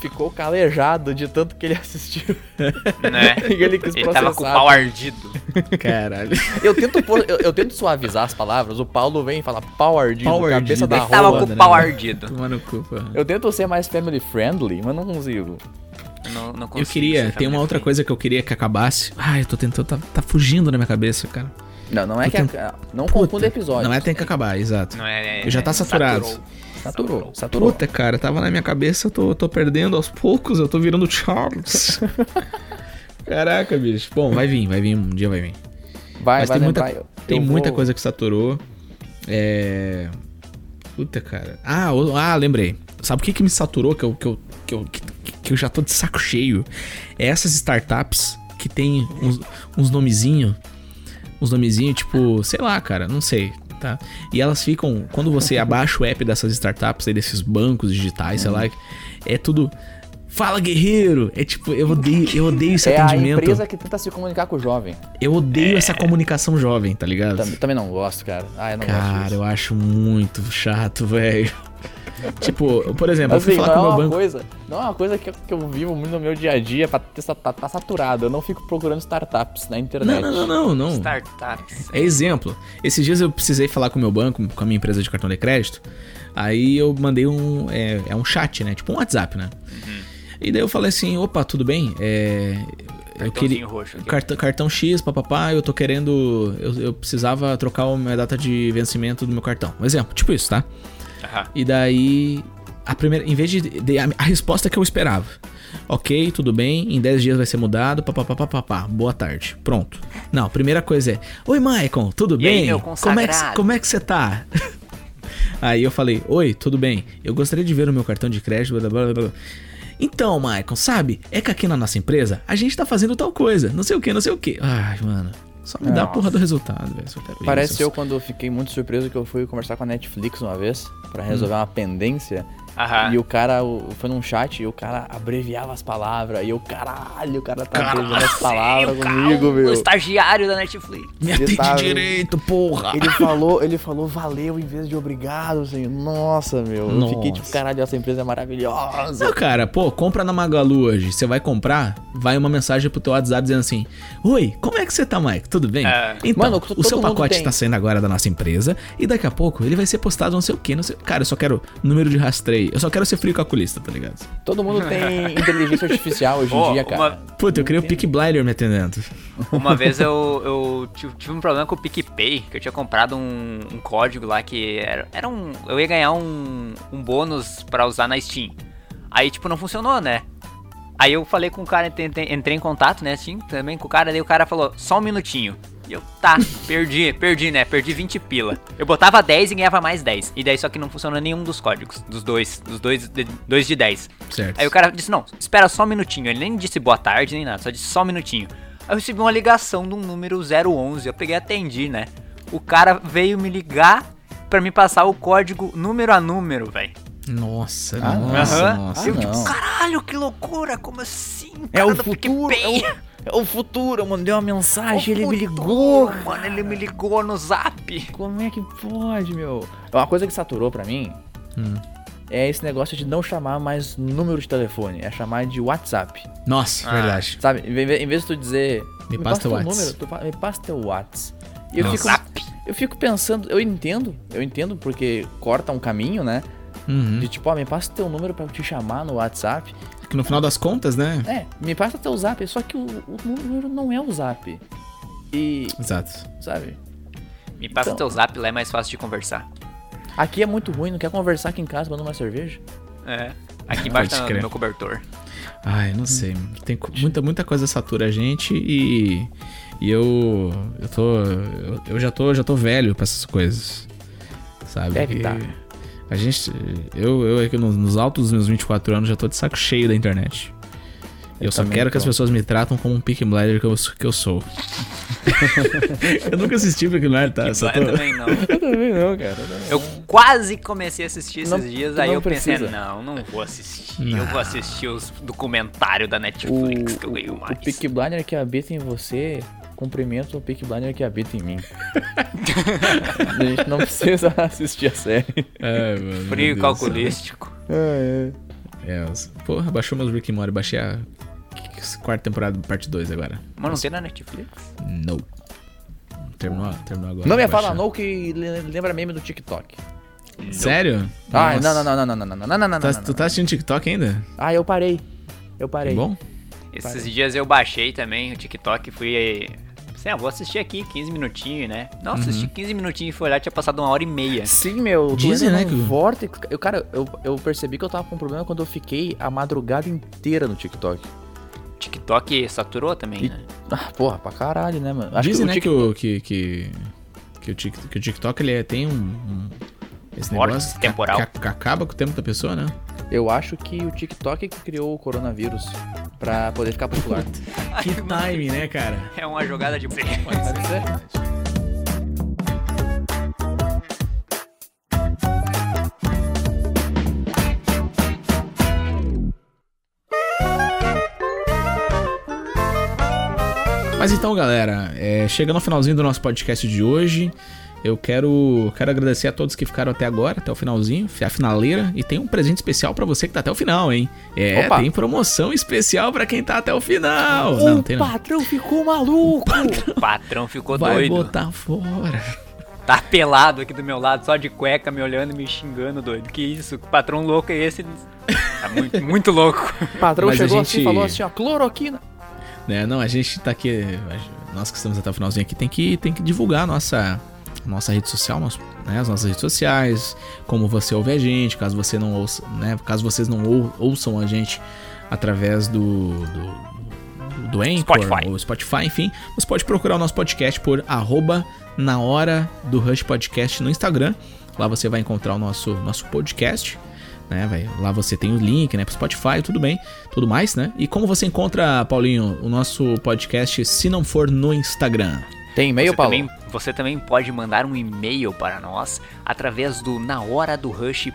Speaker 1: Ficou calejado de tanto que ele assistiu.
Speaker 2: Um-
Speaker 3: Né?
Speaker 1: E ele quis
Speaker 3: Ele tava com o
Speaker 1: processar.
Speaker 3: pau ardido.
Speaker 2: Caralho.
Speaker 1: Eu tento, pôr- eu, eu tento suavizar as palavras. O Paulo vem e fala pau ardido,
Speaker 2: Pau
Speaker 1: cabeça
Speaker 2: ardido.
Speaker 1: da
Speaker 2: Ele
Speaker 3: Ele tava
Speaker 1: rola.
Speaker 3: com
Speaker 2: né,
Speaker 3: o pau
Speaker 2: mano?
Speaker 3: ardido.
Speaker 2: Tomar no cu, porra.
Speaker 1: Eu tento ser mais family friendly, mas não consigo.
Speaker 3: Eu Não, não consigo
Speaker 2: Eu queria,
Speaker 3: ser
Speaker 2: tem uma
Speaker 3: family
Speaker 2: outra
Speaker 3: friendly.
Speaker 2: coisa que eu queria que acabasse. Ah, eu tô tentando, tá, tá fugindo na minha cabeça, cara.
Speaker 1: Não, não é
Speaker 2: Tu
Speaker 1: que. a-
Speaker 2: tem-
Speaker 1: não
Speaker 2: Puta,
Speaker 1: confunda episódios.
Speaker 2: Não é tem que acabar, exato.
Speaker 3: Não é, é-
Speaker 2: Eu já tá
Speaker 3: é-
Speaker 2: saturado.
Speaker 3: saturou.
Speaker 1: Saturou, saturou.
Speaker 2: Puta, cara, tava na minha cabeça, eu tô, tô perdendo aos poucos, eu tô virando Charles. Caraca, bicho. Bom, vai vir, vai vir, um dia vai vir.
Speaker 1: Vai,
Speaker 2: Mas
Speaker 1: vai
Speaker 2: tem muita-
Speaker 1: lembrar. eu-
Speaker 2: Tem
Speaker 1: eu
Speaker 2: muita
Speaker 1: vou-
Speaker 2: coisa que saturou. É. Puta, cara. Ah, o- ah lembrei. Sabe o que, que me saturou? Que eu, que, eu, que, eu, que, que eu já tô de saco cheio. É essas startups que tem uns, uns nomezinhos. Uns nomezinhos, tipo, sei lá, cara, não sei. Tá? E elas ficam. Quando você abaixa o app dessas startups aí, desses bancos digitais,
Speaker 1: Uhum.
Speaker 2: sei lá, é tudo. Fala, guerreiro! É tipo, eu odeio, eu odeio esse
Speaker 1: É a
Speaker 2: atendimento.
Speaker 1: empresa É. que tenta se comunicar com o jovem.
Speaker 2: Eu odeio essa comunicação jovem, tá ligado?
Speaker 1: Tam- também não gosto, cara. Ah, eu não gosto
Speaker 2: Cara,
Speaker 1: disso.
Speaker 2: eu acho muito chato, velho. tipo, por exemplo, eu fui
Speaker 1: Assim, não
Speaker 2: falar
Speaker 1: é
Speaker 2: com o meu
Speaker 1: uma
Speaker 2: banco.
Speaker 1: coisa, não é uma coisa que eu, que eu vivo muito no meu dia a dia, pra ter, sa- tá, tá saturado. Eu não fico procurando startups na
Speaker 2: Não,
Speaker 1: internet.
Speaker 2: não, não, não, não.
Speaker 3: Startups.
Speaker 2: É exemplo. Esses dias eu precisei falar com o meu banco, com a minha empresa de cartão de crédito. Aí eu mandei um. É, é um chat, né? Tipo um WhatsApp, né?
Speaker 3: Uhum.
Speaker 2: E daí eu falei assim: opa, tudo bem? É, eu queria.
Speaker 3: Cartãozinho roxo aqui.
Speaker 2: Cartão, cartão X, papapá, eu tô querendo. Eu, eu precisava trocar a minha data de vencimento do meu cartão. Um exemplo, tipo isso, tá?
Speaker 3: Aham.
Speaker 2: E daí, a primeira, em vez de, de- a, a resposta que eu esperava. Ok, tudo bem, em 10 dias vai ser mudado, papapá, boa tarde, pronto. Não, a primeira coisa é, oi Maicon, tudo
Speaker 3: E aí,
Speaker 2: bem?
Speaker 3: meu
Speaker 2: como, é que,
Speaker 3: consagrado?"
Speaker 2: como é que você tá? Aí eu falei, oi, tudo bem, eu gostaria de ver o meu cartão de crédito, blá blá blá blá. Então, Maicon, sabe, é que aqui na nossa empresa, a gente tá fazendo tal coisa, não sei o que, não sei o que. Ai, mano, só me dá a porra do resultado, velho. só quero
Speaker 1: Parece
Speaker 2: isso.
Speaker 1: eu quando eu fiquei muito surpreso que eu fui conversar com a Netflix uma vez pra resolver uma pendência.
Speaker 3: Aham.
Speaker 1: E o cara o- foi num chat e o cara abreviava as palavras. E eu, caralho, o cara tá abreviando as palavras
Speaker 3: Sim, o cara,
Speaker 1: comigo,
Speaker 3: O
Speaker 1: meu.
Speaker 3: estagiário da Netflix.
Speaker 1: Ele
Speaker 2: Me atende
Speaker 1: tava-
Speaker 2: direito, porra!
Speaker 1: Ele falou, ele falou valeu em vez de obrigado, assim. Nossa, meu. Eu fiquei tipo,
Speaker 2: Nossa.
Speaker 1: caralho, essa empresa é maravilhosa.
Speaker 2: Não, cara, pô, compra na Magalu hoje. Você vai comprar, vai uma mensagem pro teu WhatsApp dizendo assim: Oi, como é que você tá, Mike? Tudo bem?
Speaker 3: É.
Speaker 2: Então,
Speaker 1: Mano,
Speaker 2: o
Speaker 1: todo
Speaker 2: seu
Speaker 1: mundo
Speaker 2: pacote
Speaker 1: tem.
Speaker 2: tá saindo agora da nossa empresa e daqui a pouco ele vai ser postado não sei o quê, não sei. Cara, eu só quero número de rastreio. Eu só quero ser frio calculista, tá ligado?
Speaker 1: Todo mundo tem inteligência artificial hoje em
Speaker 3: Ó,
Speaker 1: dia,
Speaker 3: uma-
Speaker 1: cara.
Speaker 2: Puta, eu queria o Pick Blinder me atendendo.
Speaker 3: Uma vez eu, eu ti- tive um problema com o PicPay, que eu tinha comprado um, um código lá que era, era um. Eu ia ganhar um, um bônus pra usar na Steam. Aí, tipo, não funcionou, né? Aí eu falei com o cara, ent- ent- entrei em contato, né, Steam também com o cara, daí o cara falou, só um minutinho. E eu, tá, perdi, perdi, né? Perdi 20 pila. Eu botava 10 e ganhava mais 10. E daí só que não funcionou nenhum dos códigos. Dos dois. Dos dois de, dois de 10.
Speaker 2: Certo.
Speaker 3: Aí o cara disse, não, espera só um minutinho. Ele nem disse boa tarde, nem nada, só disse só um minutinho. Aí eu recebi uma ligação de um número 011, eu peguei e atendi, né? O cara veio me ligar pra me passar o código número a número, velho.
Speaker 2: Nossa,
Speaker 1: Ah,
Speaker 2: nossa,
Speaker 3: Aham.
Speaker 2: nossa.
Speaker 1: Ah,
Speaker 3: eu tipo,
Speaker 1: não.
Speaker 3: caralho, que loucura, como assim?
Speaker 1: É
Speaker 3: Cara
Speaker 1: o
Speaker 3: do
Speaker 1: futuro. É
Speaker 3: PicPay.
Speaker 1: o, é o futuro. Eu mandei uma mensagem,
Speaker 3: O
Speaker 1: ele me
Speaker 3: futuro,
Speaker 1: ligou.
Speaker 3: Mano, ele me ligou no zap.
Speaker 1: Como é que pode, meu? É Uma coisa que saturou pra mim
Speaker 2: Hum.
Speaker 1: é esse negócio de não chamar mais número de telefone, é chamar de WhatsApp.
Speaker 2: Nossa,
Speaker 3: Ah.
Speaker 2: verdade.
Speaker 1: Sabe? Em ve- em vez de tu dizer.
Speaker 2: Me passa teu
Speaker 1: teu
Speaker 2: Whats."
Speaker 1: número, tu fa- me passa teu Whats. E eu
Speaker 2: Nossa.
Speaker 1: fico, eu fico pensando, eu entendo, eu entendo porque corta um caminho, né?
Speaker 3: Ah.
Speaker 2: Uhum.
Speaker 1: De tipo, ó, me passa teu número pra eu te chamar no WhatsApp.
Speaker 2: Que no final das contas, né?
Speaker 1: É, me passa teu zap, só que o, o número não é o zap. E,
Speaker 2: Exato.
Speaker 1: sabe?
Speaker 3: Me passa
Speaker 1: Então.
Speaker 3: teu zap, lá é mais fácil de conversar.
Speaker 1: Aqui é muito ruim, não quer conversar aqui em casa, manda uma cerveja?
Speaker 3: É. Aqui embaixo
Speaker 2: Pode
Speaker 3: tá
Speaker 2: crer.
Speaker 3: no meu cobertor.
Speaker 2: Ai,
Speaker 1: Hum.
Speaker 2: não sei. Tem co- muita, muita coisa satura a gente e. E eu. Eu tô. Eu, eu já tô já tô velho pra essas coisas. Sabe?
Speaker 1: Deve
Speaker 2: E
Speaker 1: tá.
Speaker 2: A gente. Eu, eu aqui nos, nos altos dos meus 24 anos já tô de saco cheio da internet. Eu,
Speaker 1: Eu
Speaker 2: só
Speaker 1: também
Speaker 2: quero que as
Speaker 1: tô.
Speaker 2: pessoas me tratam como um pick blinder que eu, sou- que eu sou. eu nunca assisti Pick Blinder, tá? Só
Speaker 3: Lá é
Speaker 2: tô...
Speaker 3: também não.
Speaker 1: Eu também não, cara.
Speaker 3: Eu quase comecei a assistir esses
Speaker 1: Não-
Speaker 3: dias, aí
Speaker 1: não
Speaker 3: eu pensei,
Speaker 1: precisa.
Speaker 3: não, não vou assistir.
Speaker 2: Não.
Speaker 3: Eu vou assistir os documentário da
Speaker 1: É
Speaker 3: Netflix que eu
Speaker 1: O,
Speaker 3: ganho
Speaker 1: o,
Speaker 3: mais.
Speaker 1: o Peaky Blinder que habita em você, cumprimento o Peaky Blinder que habita em mim. a gente não precisa assistir a série.
Speaker 2: Ai, mano, meu
Speaker 3: Frio
Speaker 2: Deus.
Speaker 3: calculístico.
Speaker 1: É,
Speaker 2: É, os- porra, baixou meus Rick and Morty, baixei a quarta temporada, parte 2 agora.
Speaker 3: Mas não tem na Netflix?
Speaker 2: Não. Terminou, terminou agora.
Speaker 1: Não me
Speaker 2: de
Speaker 1: fala
Speaker 2: baixar.
Speaker 1: não que le- lembra meme do TikTok.
Speaker 2: Sério?
Speaker 1: Ah, não,
Speaker 2: Nossa.
Speaker 1: não, não, não, não, não, não, não, não, não,
Speaker 2: Tá-
Speaker 1: não,
Speaker 2: tu
Speaker 1: não.
Speaker 2: tá assistindo TikTok ainda?
Speaker 1: Ah, eu parei. Eu
Speaker 2: É
Speaker 1: parei.
Speaker 2: Bom?
Speaker 3: Esses dias eu baixei também o TikTok e fui eh, assim, ah, vou assistir aqui 15 minutinhos, né? Nossa,
Speaker 2: Uhum.
Speaker 3: assisti 15 minutinhos e fui olhar, tinha passado uma hora e meia.
Speaker 1: Sim, meu, eu tô
Speaker 2: Dizem,
Speaker 1: indo
Speaker 2: né,
Speaker 1: num
Speaker 2: que-
Speaker 1: Vortex. Eu, cara, eu, eu percebi que eu tava com um problema quando eu fiquei a madrugada inteira no TikTok.
Speaker 3: TikTok saturou também,
Speaker 1: E-
Speaker 3: né?
Speaker 1: Ah, porra, pra caralho, né, mano?
Speaker 2: Dizem,
Speaker 1: o
Speaker 2: né, que
Speaker 1: Tik-
Speaker 2: o, que, que, que, o Tik- que o TikTok ele é- tem um, um- Esse
Speaker 3: Vórtice
Speaker 2: negócio que-
Speaker 3: temporal.
Speaker 2: Que, que acaba com o tempo da pessoa, né?
Speaker 1: Eu acho que o TikTok é que criou o coronavírus pra poder ficar popular.
Speaker 2: Que time, né, cara?
Speaker 3: É uma jogada de
Speaker 1: Pode ser?
Speaker 2: Mas então, galera, é, chegando ao finalzinho do nosso podcast de hoje, eu quero, quero agradecer a todos que ficaram até agora, até o finalzinho, a finaleira, e tem um presente especial pra você que tá até o final, hein? É,
Speaker 1: Opa!
Speaker 2: tem promoção especial pra quem tá até o final.
Speaker 3: Um
Speaker 2: não, tem não.
Speaker 1: patrão ficou maluco!
Speaker 3: O patrão ficou
Speaker 2: Vai
Speaker 3: doido.
Speaker 2: botar fora.
Speaker 3: Tá pelado aqui do meu lado, só de cueca, me olhando e me xingando, doido. Que isso, que patrão louco é esse? Tá muito, muito louco.
Speaker 1: O patrão
Speaker 2: Mas a
Speaker 1: chegou assim
Speaker 2: gente-
Speaker 1: e falou assim, ó, cloroquina.
Speaker 2: né? Não, a gente tá aqui. a- Nós que estamos até o finalzinho aqui, tem que, tem que divulgar a nossa, a nossa rede social, nosso- né, as nossas redes sociais, como você ouve a gente, caso você não ouça, né? Caso vocês não ou- ouçam a gente através do. do do Anchor,
Speaker 3: Spotify.
Speaker 2: ou Spotify, enfim, você pode procurar o nosso podcast por arroba na hora do Rush Podcast no Instagram. Lá você vai encontrar o nosso, nosso podcast. Né, vai, lá você tem o link, né, pro Spotify, tudo bem, tudo mais, né? E como você encontra, Paulinho, o nosso podcast se não for no Instagram?
Speaker 1: Tem e-mail,
Speaker 3: Você
Speaker 1: Paulo?
Speaker 3: também, você também pode mandar um e-mail para nós através do na hora do rush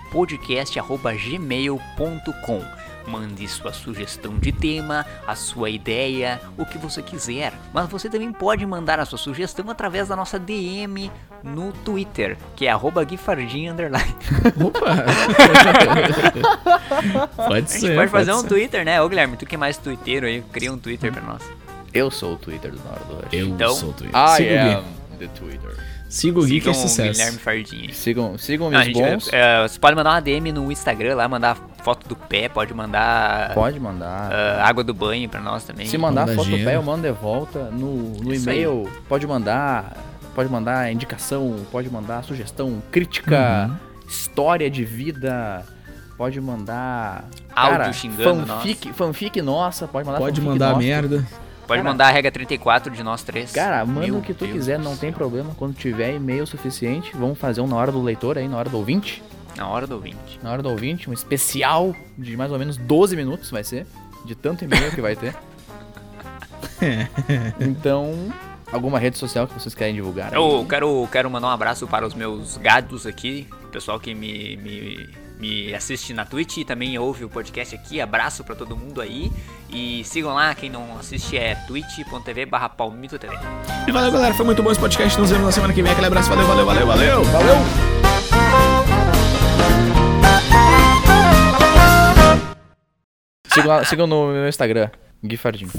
Speaker 3: podcast@gmail.com. Mande sua sugestão de tema, a sua ideia, o que você quiser. Mas você também pode mandar a sua sugestão através da nossa DM no Twitter, que é arroba guifardinha underline.
Speaker 2: Opa! pode
Speaker 3: A
Speaker 2: ser.
Speaker 3: gente pode fazer um
Speaker 2: ser.
Speaker 3: Twitter, né? Ô Guilherme, tu que é mais twitteiro aí, cria um Twitter pra nós.
Speaker 1: Eu sou o Twitter do Nora do Rush.
Speaker 2: Eu
Speaker 3: Então,
Speaker 2: sou o Twitter.
Speaker 1: I
Speaker 2: Siga o
Speaker 1: am the Twitter.
Speaker 2: Gui. Siga o Gui que é
Speaker 3: Sigam o um Guilherme
Speaker 2: sucesso.
Speaker 3: Fardinha.
Speaker 1: Sigam, sigam
Speaker 3: Não, a
Speaker 1: meus
Speaker 3: gente,
Speaker 1: bons.
Speaker 3: é, é, você pode mandar uma DM no Instagram lá, mandar foto do pé, pode mandar
Speaker 1: Pode mandar.
Speaker 3: ah, água do banho pra nós também.
Speaker 1: Se mandar
Speaker 2: Manda
Speaker 1: foto do
Speaker 2: dinheiro.
Speaker 1: pé, eu mando de volta. No, no
Speaker 3: Isso
Speaker 1: e-mail, pode mandar. Pode mandar indicação, pode mandar sugestão, crítica,
Speaker 2: Uhum.
Speaker 1: história de vida. Pode mandar.
Speaker 3: Áudio
Speaker 1: cara,
Speaker 3: xingando
Speaker 1: fanfic, fanfic nossa, pode
Speaker 3: tá
Speaker 1: mandar
Speaker 2: Pode
Speaker 1: fanfic
Speaker 2: mandar
Speaker 1: nossa.
Speaker 2: merda.
Speaker 3: Pode
Speaker 1: Cara.
Speaker 3: mandar a regra 34 de nós três.
Speaker 1: Cara, manda
Speaker 3: Meu
Speaker 1: o que tu
Speaker 3: Deus
Speaker 1: quiser,
Speaker 3: do
Speaker 1: não tem
Speaker 3: céu.
Speaker 1: problema. Quando tiver e-mail suficiente, vamos fazer um na hora do leitor aí, na hora do ouvinte.
Speaker 3: Na hora do ouvinte.
Speaker 1: Na hora do ouvinte, um especial de mais ou menos 12 minutos vai ser. De tanto e-mail que vai ter. então, alguma rede social que vocês querem divulgar? aí?
Speaker 3: Eu quero, quero mandar um abraço para os meus gados aqui, pessoal que me, me, me assiste na Twitch e também ouve o podcast aqui. Abraço pra todo mundo aí. E sigam lá, quem não assiste é twitch.tv barra palmito TV.
Speaker 2: E valeu, galera. Foi muito bom esse podcast. Nos vemos na semana que vem. Aquele abraço. Valeu, valeu, valeu, valeu. Valeu.
Speaker 1: Sigam, lá- sigam no meu Instagram, Gui Fardim.